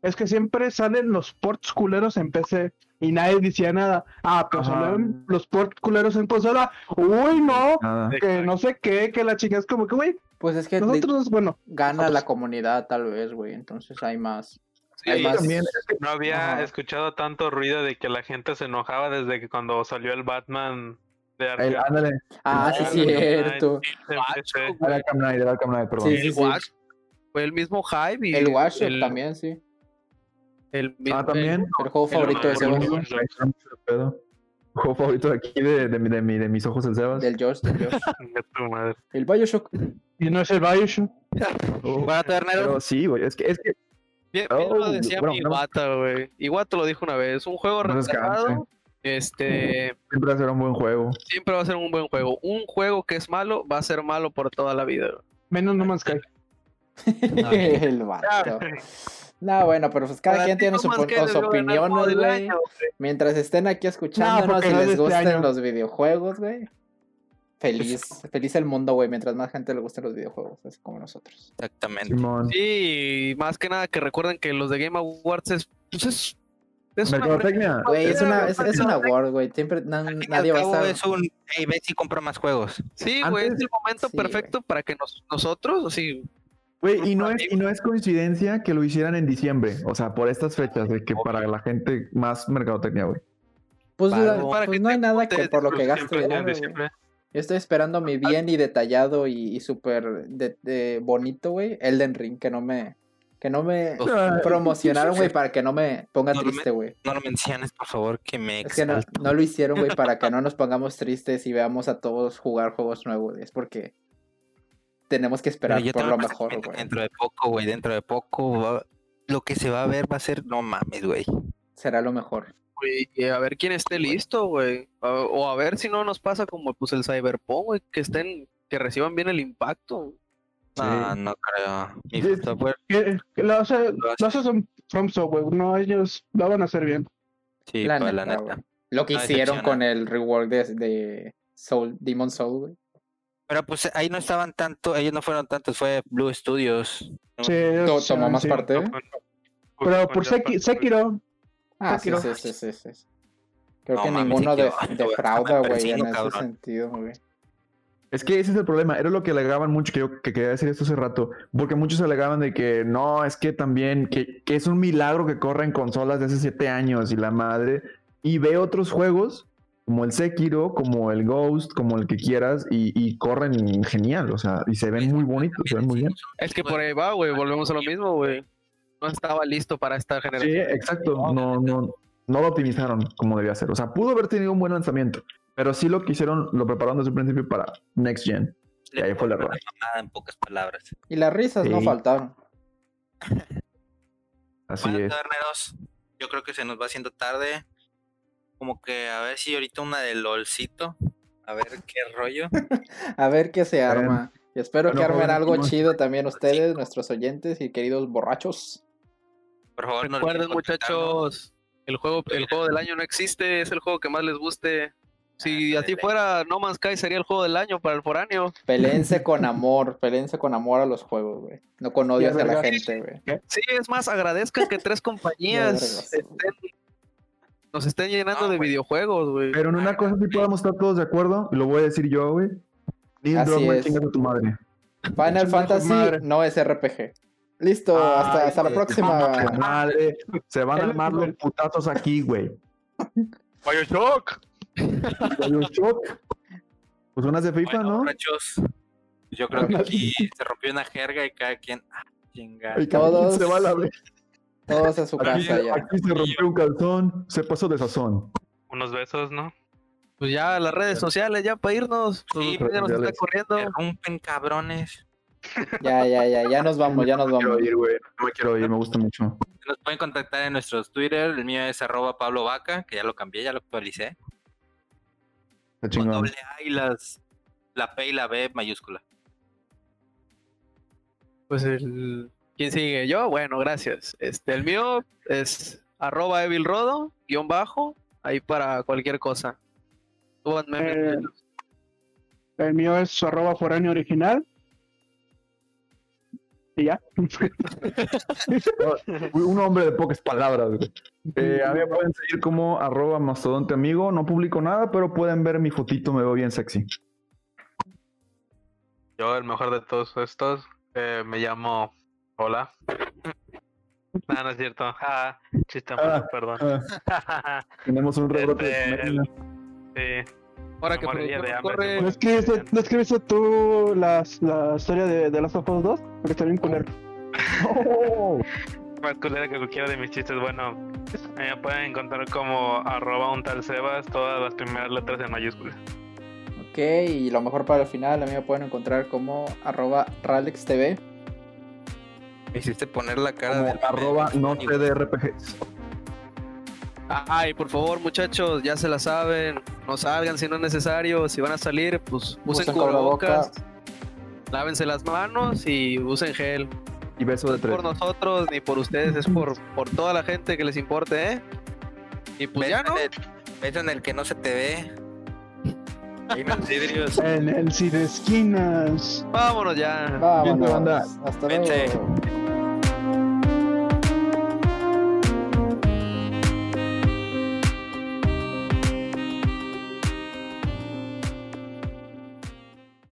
Speaker 6: Es que siempre salen los ports culeros en PC y nadie decía nada. Ah, pero
Speaker 3: Ajá.
Speaker 6: salieron los ports culeros en consola. Uy, no,
Speaker 3: Nada.
Speaker 6: que no sé qué, que la chica es como que, güey,
Speaker 5: Pues es que de-
Speaker 6: nosotros, bueno,
Speaker 5: gana la comunidad tal vez, güey. Entonces hay más.
Speaker 2: Sí,
Speaker 5: hay más.
Speaker 3: también,
Speaker 4: No había
Speaker 5: Ajá.
Speaker 4: escuchado tanto ruido de que la gente se enojaba desde que cuando salió el Batman de
Speaker 3: El,
Speaker 4: Arkham.
Speaker 3: ándale,
Speaker 5: Ah, sí, es
Speaker 4: Arkham Knight,
Speaker 5: cierto.
Speaker 4: sí, en
Speaker 2: Guacho,
Speaker 4: PC.
Speaker 3: el Arkham Knight, el Arkham Knight, perdón.
Speaker 5: Sí,
Speaker 2: el Watch fue el mismo hype y
Speaker 5: El Wash
Speaker 2: el-
Speaker 5: también, sí.
Speaker 2: el mismo-
Speaker 3: ah, también.
Speaker 5: El juego
Speaker 2: el
Speaker 5: favorito de
Speaker 2: Watch,
Speaker 5: Sebas.
Speaker 4: Watch.
Speaker 3: Ahí está mucho el pedo. Juego favorito de aquí de, de, mi- de mi- de mis ojos, el Sebas.
Speaker 5: Del Josh, del Josh.
Speaker 4: Chinga tu madre.
Speaker 5: El Bioshock.
Speaker 6: y no es el Bioshock.
Speaker 3: Oh,
Speaker 2: Bueno, Tabernero,
Speaker 3: pero sí, güey, es que, es que
Speaker 2: Bien, bien lo
Speaker 3: Oh,
Speaker 2: decía
Speaker 3: bueno,
Speaker 2: mi
Speaker 3: no-
Speaker 2: Iwata, güey. Iwata lo dijo una vez, un juego
Speaker 3: No descanse.
Speaker 2: retrasado este,
Speaker 3: siempre será un buen juego.
Speaker 2: siempre va a ser un buen juego. Un juego que es malo va a ser malo por toda la vida. güey.
Speaker 6: Menos No Man's Sky.
Speaker 5: el vato. No, bueno, pero pues cada
Speaker 2: Para
Speaker 5: quien
Speaker 2: ti,
Speaker 5: tiene
Speaker 2: no
Speaker 5: su
Speaker 2: más
Speaker 5: pun-
Speaker 2: que
Speaker 5: o
Speaker 2: les
Speaker 5: su
Speaker 2: va a ganar modo
Speaker 5: opiniones,
Speaker 2: del
Speaker 5: güey.
Speaker 2: año,
Speaker 5: Mientras estén aquí escuchándonos
Speaker 6: porque
Speaker 5: y
Speaker 6: no es de
Speaker 5: les
Speaker 6: este
Speaker 5: gusten
Speaker 6: año.
Speaker 5: los videojuegos, güey. Feliz, feliz el mundo, güey. Mientras más gente le gusten los videojuegos, así como nosotros.
Speaker 1: Exactamente.
Speaker 3: Simón.
Speaker 2: Sí, y más que nada que recuerden que los de Game Awards es, pues es, es una-
Speaker 3: Mercadotecnia.
Speaker 5: Güey, es una, es,
Speaker 2: pero-
Speaker 5: es una award, güey. Siempre na-
Speaker 1: Al fin y Ah, al
Speaker 5: nadie va a
Speaker 1: cabo
Speaker 5: estar.
Speaker 1: es un, hey, ve si compra más juegos.
Speaker 2: Sí, güey, es
Speaker 3: Antes-
Speaker 2: el momento
Speaker 5: Sí,
Speaker 2: perfecto para que nos- nosotros, así,
Speaker 3: Güey, y no, es, y no es coincidencia que lo hicieran en diciembre. O sea, por estas fechas, de que para la gente más mercadotecnia, güey.
Speaker 5: Pues,
Speaker 1: Para-
Speaker 5: la-
Speaker 2: para
Speaker 5: pues
Speaker 2: que
Speaker 5: no hay
Speaker 2: te
Speaker 5: nada
Speaker 2: juntes
Speaker 5: que por lo que gaste. ¿eh?
Speaker 4: Siempre,
Speaker 5: dinero,
Speaker 4: siempre,
Speaker 5: güey.
Speaker 4: siempre.
Speaker 5: Yo estoy esperando mi bien y detallado y, y súper de- de bonito, güey. Elden Ring, que no me. Que no me
Speaker 1: Dos.
Speaker 5: promocionaron, güey, para que no me ponga
Speaker 1: No, no me-
Speaker 5: triste, güey.
Speaker 1: No lo menciones, por favor, que me
Speaker 5: Es que no,
Speaker 1: exalta.
Speaker 5: no lo hicieron, güey, para que no nos pongamos tristes y veamos a todos jugar juegos nuevos. güey. Es porque tenemos que
Speaker 1: Pero
Speaker 5: esperar
Speaker 1: yo
Speaker 5: por
Speaker 1: tengo
Speaker 5: lo
Speaker 1: el
Speaker 5: mejor,
Speaker 1: presentimiento que Dentro
Speaker 5: güey.
Speaker 1: de poco, güey, dentro de poco, va- lo que se va a ver va a ser, no mames, güey.
Speaker 5: Será lo mejor.
Speaker 2: güey, y a ver quién esté listo, güey. A- O a ver si no nos pasa como pues el Cyberpunk, güey, que estén, que reciban bien el impacto.
Speaker 1: No, no creo. Mi
Speaker 3: Sí.
Speaker 1: software,
Speaker 6: Que- que Lo hace,
Speaker 1: Lo hace.
Speaker 6: lo hace son From Software, no, ellos lo van a hacer bien.
Speaker 1: sí,
Speaker 5: La
Speaker 1: pa, la
Speaker 5: neta,
Speaker 1: neta.
Speaker 5: güey. Lo que
Speaker 1: No
Speaker 5: hicieron
Speaker 1: decepciona.
Speaker 5: con el rework de, de Soul, Demon Soul, güey.
Speaker 1: Pero pues ahí no estaban tanto, ellos no fueron tantos, fue Blue Studios.
Speaker 6: Sí,
Speaker 5: To-
Speaker 6: ellos
Speaker 5: Tomó
Speaker 6: saben,
Speaker 5: más
Speaker 6: sí.
Speaker 5: parte, güey.
Speaker 4: Con- con-
Speaker 6: Pero
Speaker 4: con
Speaker 6: por
Speaker 4: Japan,
Speaker 6: Seki-
Speaker 4: güey.
Speaker 6: Sekiro,
Speaker 5: Ah, sí,
Speaker 6: Sekiro.
Speaker 5: sí, sí, sí, sí, sí. Creo
Speaker 1: No
Speaker 5: que
Speaker 1: mames,
Speaker 5: ninguno
Speaker 1: Sekiro,
Speaker 5: de,
Speaker 1: güey,
Speaker 5: defrauda,
Speaker 1: me
Speaker 5: güey, en
Speaker 1: persino,
Speaker 5: ese
Speaker 1: cabrón.
Speaker 5: sentido, güey.
Speaker 3: Es que ese es el problema, era lo que alegaban mucho, que yo que quería decir esto hace rato, porque muchos alegaban de que no, es que también, que, que es un milagro que corra en consolas de hace siete años y la madre, y ve otros juegos como el Sekiro, como el Ghost, como el que quieras, y, y corren genial, o sea, y se ven muy bonitos, se ven Pues, muy bien.
Speaker 2: Es que por ahí va, güey, volvemos a lo mismo, güey. No estaba listo para esta
Speaker 3: Sí,
Speaker 2: generación.
Speaker 3: exacto,
Speaker 1: Oh,
Speaker 3: no, no, no lo optimizaron como debía ser, o sea, pudo haber tenido un buen lanzamiento, pero sí lo que hicieron, lo prepararon desde un principio para Next Gen. Y ahí fue el error.
Speaker 1: Nada en pocas palabras.
Speaker 5: Y las risas no
Speaker 3: Sí.
Speaker 5: faltaron.
Speaker 3: Así
Speaker 1: Bueno,
Speaker 3: es.
Speaker 1: taberneros, yo creo que se nos va haciendo tarde. Como que a ver si ahorita una de LOLcito. A ver qué rollo.
Speaker 5: A ver qué se
Speaker 3: Bueno.
Speaker 5: arma. Y espero
Speaker 3: Bueno,
Speaker 5: que armen
Speaker 3: jóvenes,
Speaker 5: algo
Speaker 3: ¿cómo?
Speaker 5: chido también ustedes, nuestros oyentes y queridos borrachos.
Speaker 1: Por favor, no olviden
Speaker 2: Recuerden,
Speaker 1: contactarnos.
Speaker 2: muchachos, el juego, el juego del año no existe, es el juego que más les guste. Si
Speaker 1: Ah,
Speaker 2: así
Speaker 1: dale.
Speaker 2: fuera, No Man's Sky sería el juego del año para el foráneo.
Speaker 5: Pelense con amor, pelense con amor a los juegos, güey. No con odio
Speaker 6: Ya,
Speaker 5: hacia la
Speaker 6: verga.
Speaker 5: gente, güey.
Speaker 2: Sí, es más, agradezcan que tres compañías
Speaker 5: Ya,
Speaker 2: estén- nos estén llenando
Speaker 1: No,
Speaker 2: de
Speaker 1: güey.
Speaker 2: videojuegos, güey.
Speaker 3: Pero en una cosa sí podemos estar todos de acuerdo, y lo voy a decir yo, güey. Neil
Speaker 5: Así
Speaker 3: Druckmann,
Speaker 5: es.
Speaker 3: chingas a tu madre.
Speaker 5: Final
Speaker 6: su
Speaker 5: Fantasy
Speaker 6: madre.
Speaker 5: no es RPG. Listo,
Speaker 3: Ay,
Speaker 5: hasta, hasta la
Speaker 3: güey,
Speaker 5: próxima.
Speaker 3: tu Madre, se van a
Speaker 6: Es lo
Speaker 3: armar
Speaker 6: que-
Speaker 3: los putazos aquí, güey.
Speaker 4: Bioshock.
Speaker 3: Bioshock. Pues unas de FIFA,
Speaker 1: Bueno,
Speaker 3: ¿no?
Speaker 1: borrachos, yo creo que aquí se rompió una jerga y cada quien. Ah, chingada.
Speaker 3: Y cada
Speaker 5: Todos-
Speaker 3: quien se va a la vez.
Speaker 5: Todos a su
Speaker 3: Aquí,
Speaker 5: casa ya.
Speaker 3: aquí se rompió un calzón, se pasó de sazón.
Speaker 4: Unos besos, ¿no?
Speaker 2: Pues ya las redes sociales, ya para irnos, pues
Speaker 1: Sí,
Speaker 2: ya nos está
Speaker 1: Se
Speaker 3: sociales.
Speaker 2: corriendo.
Speaker 1: rompen cabrones.
Speaker 5: Ya, ya, ya. Ya nos vamos, ya nos
Speaker 3: Quiero
Speaker 5: vamos.
Speaker 3: ir, güey. No me quiero ir, me gusta mucho.
Speaker 1: Nos pueden contactar en nuestros Twitter. El mío es arroba Pablo Vaca, que ya lo cambié, ya lo actualicé.
Speaker 3: Está
Speaker 1: Con
Speaker 3: chingón.
Speaker 1: doble A y las, la P y la B mayúscula.
Speaker 2: Pues el... ¿Quién sigue? Yo, bueno, gracias. Este, el mío es arroba evilrodo, guión bajo, ahí para cualquier cosa. Suban memes,
Speaker 6: Eh, El mío es arroba foráneo original. Y ya.
Speaker 3: Un hombre de pocas palabras, güey. Eh, a mí me pueden seguir como arroba mastodonte amigo. No publico nada, pero pueden ver mi fotito, me veo bien sexy.
Speaker 4: Yo, el mejor de todos estos, eh, me llamo. Hola. No, no es cierto. Ah, chiste,
Speaker 3: Ah.
Speaker 4: perdón.
Speaker 3: Ah, tenemos un rebrote de
Speaker 4: Este,
Speaker 3: comedia.
Speaker 4: Sí.
Speaker 2: ahora
Speaker 4: me
Speaker 2: que
Speaker 4: moriría
Speaker 2: producción
Speaker 4: de
Speaker 2: nos
Speaker 4: hambre,
Speaker 2: corre,
Speaker 4: seguro.
Speaker 6: ¿No escribiste, no escribiste tú las- la historia de, de Last of Us 2? Porque está bien culero.
Speaker 3: Oh,
Speaker 4: Más culera que cualquiera de mis chistes. Bueno, eh, me pueden encontrar como arroba un tal Sebas, todas las primeras letras en mayúsculas.
Speaker 5: Ok, y lo mejor para el final, a mí me pueden encontrar como arroba RalexTV.
Speaker 1: Me hiciste poner la cara
Speaker 3: como
Speaker 1: del meme,
Speaker 3: arroba
Speaker 1: güey.
Speaker 3: no TDRPGs.
Speaker 2: Ay, por favor, muchachos, ya se la saben. No salgan si no es necesario. Si van a salir, pues usen,
Speaker 5: Usen
Speaker 2: cubrebocas, lávense las manos y usen gel.
Speaker 3: Y beso de
Speaker 2: No
Speaker 3: tres.
Speaker 2: por nosotros ni por ustedes, es por, por toda la gente que les importe, ¿eh? Y pues ya,
Speaker 1: Beso
Speaker 2: ¿no?
Speaker 1: en el- beso en el que no se te ve. Ahí en los vidrios.
Speaker 6: En el Cine Esquinas.
Speaker 2: Vámonos ya.
Speaker 5: Vámonos.
Speaker 3: banda.
Speaker 5: Hasta
Speaker 1: Vente.
Speaker 5: luego.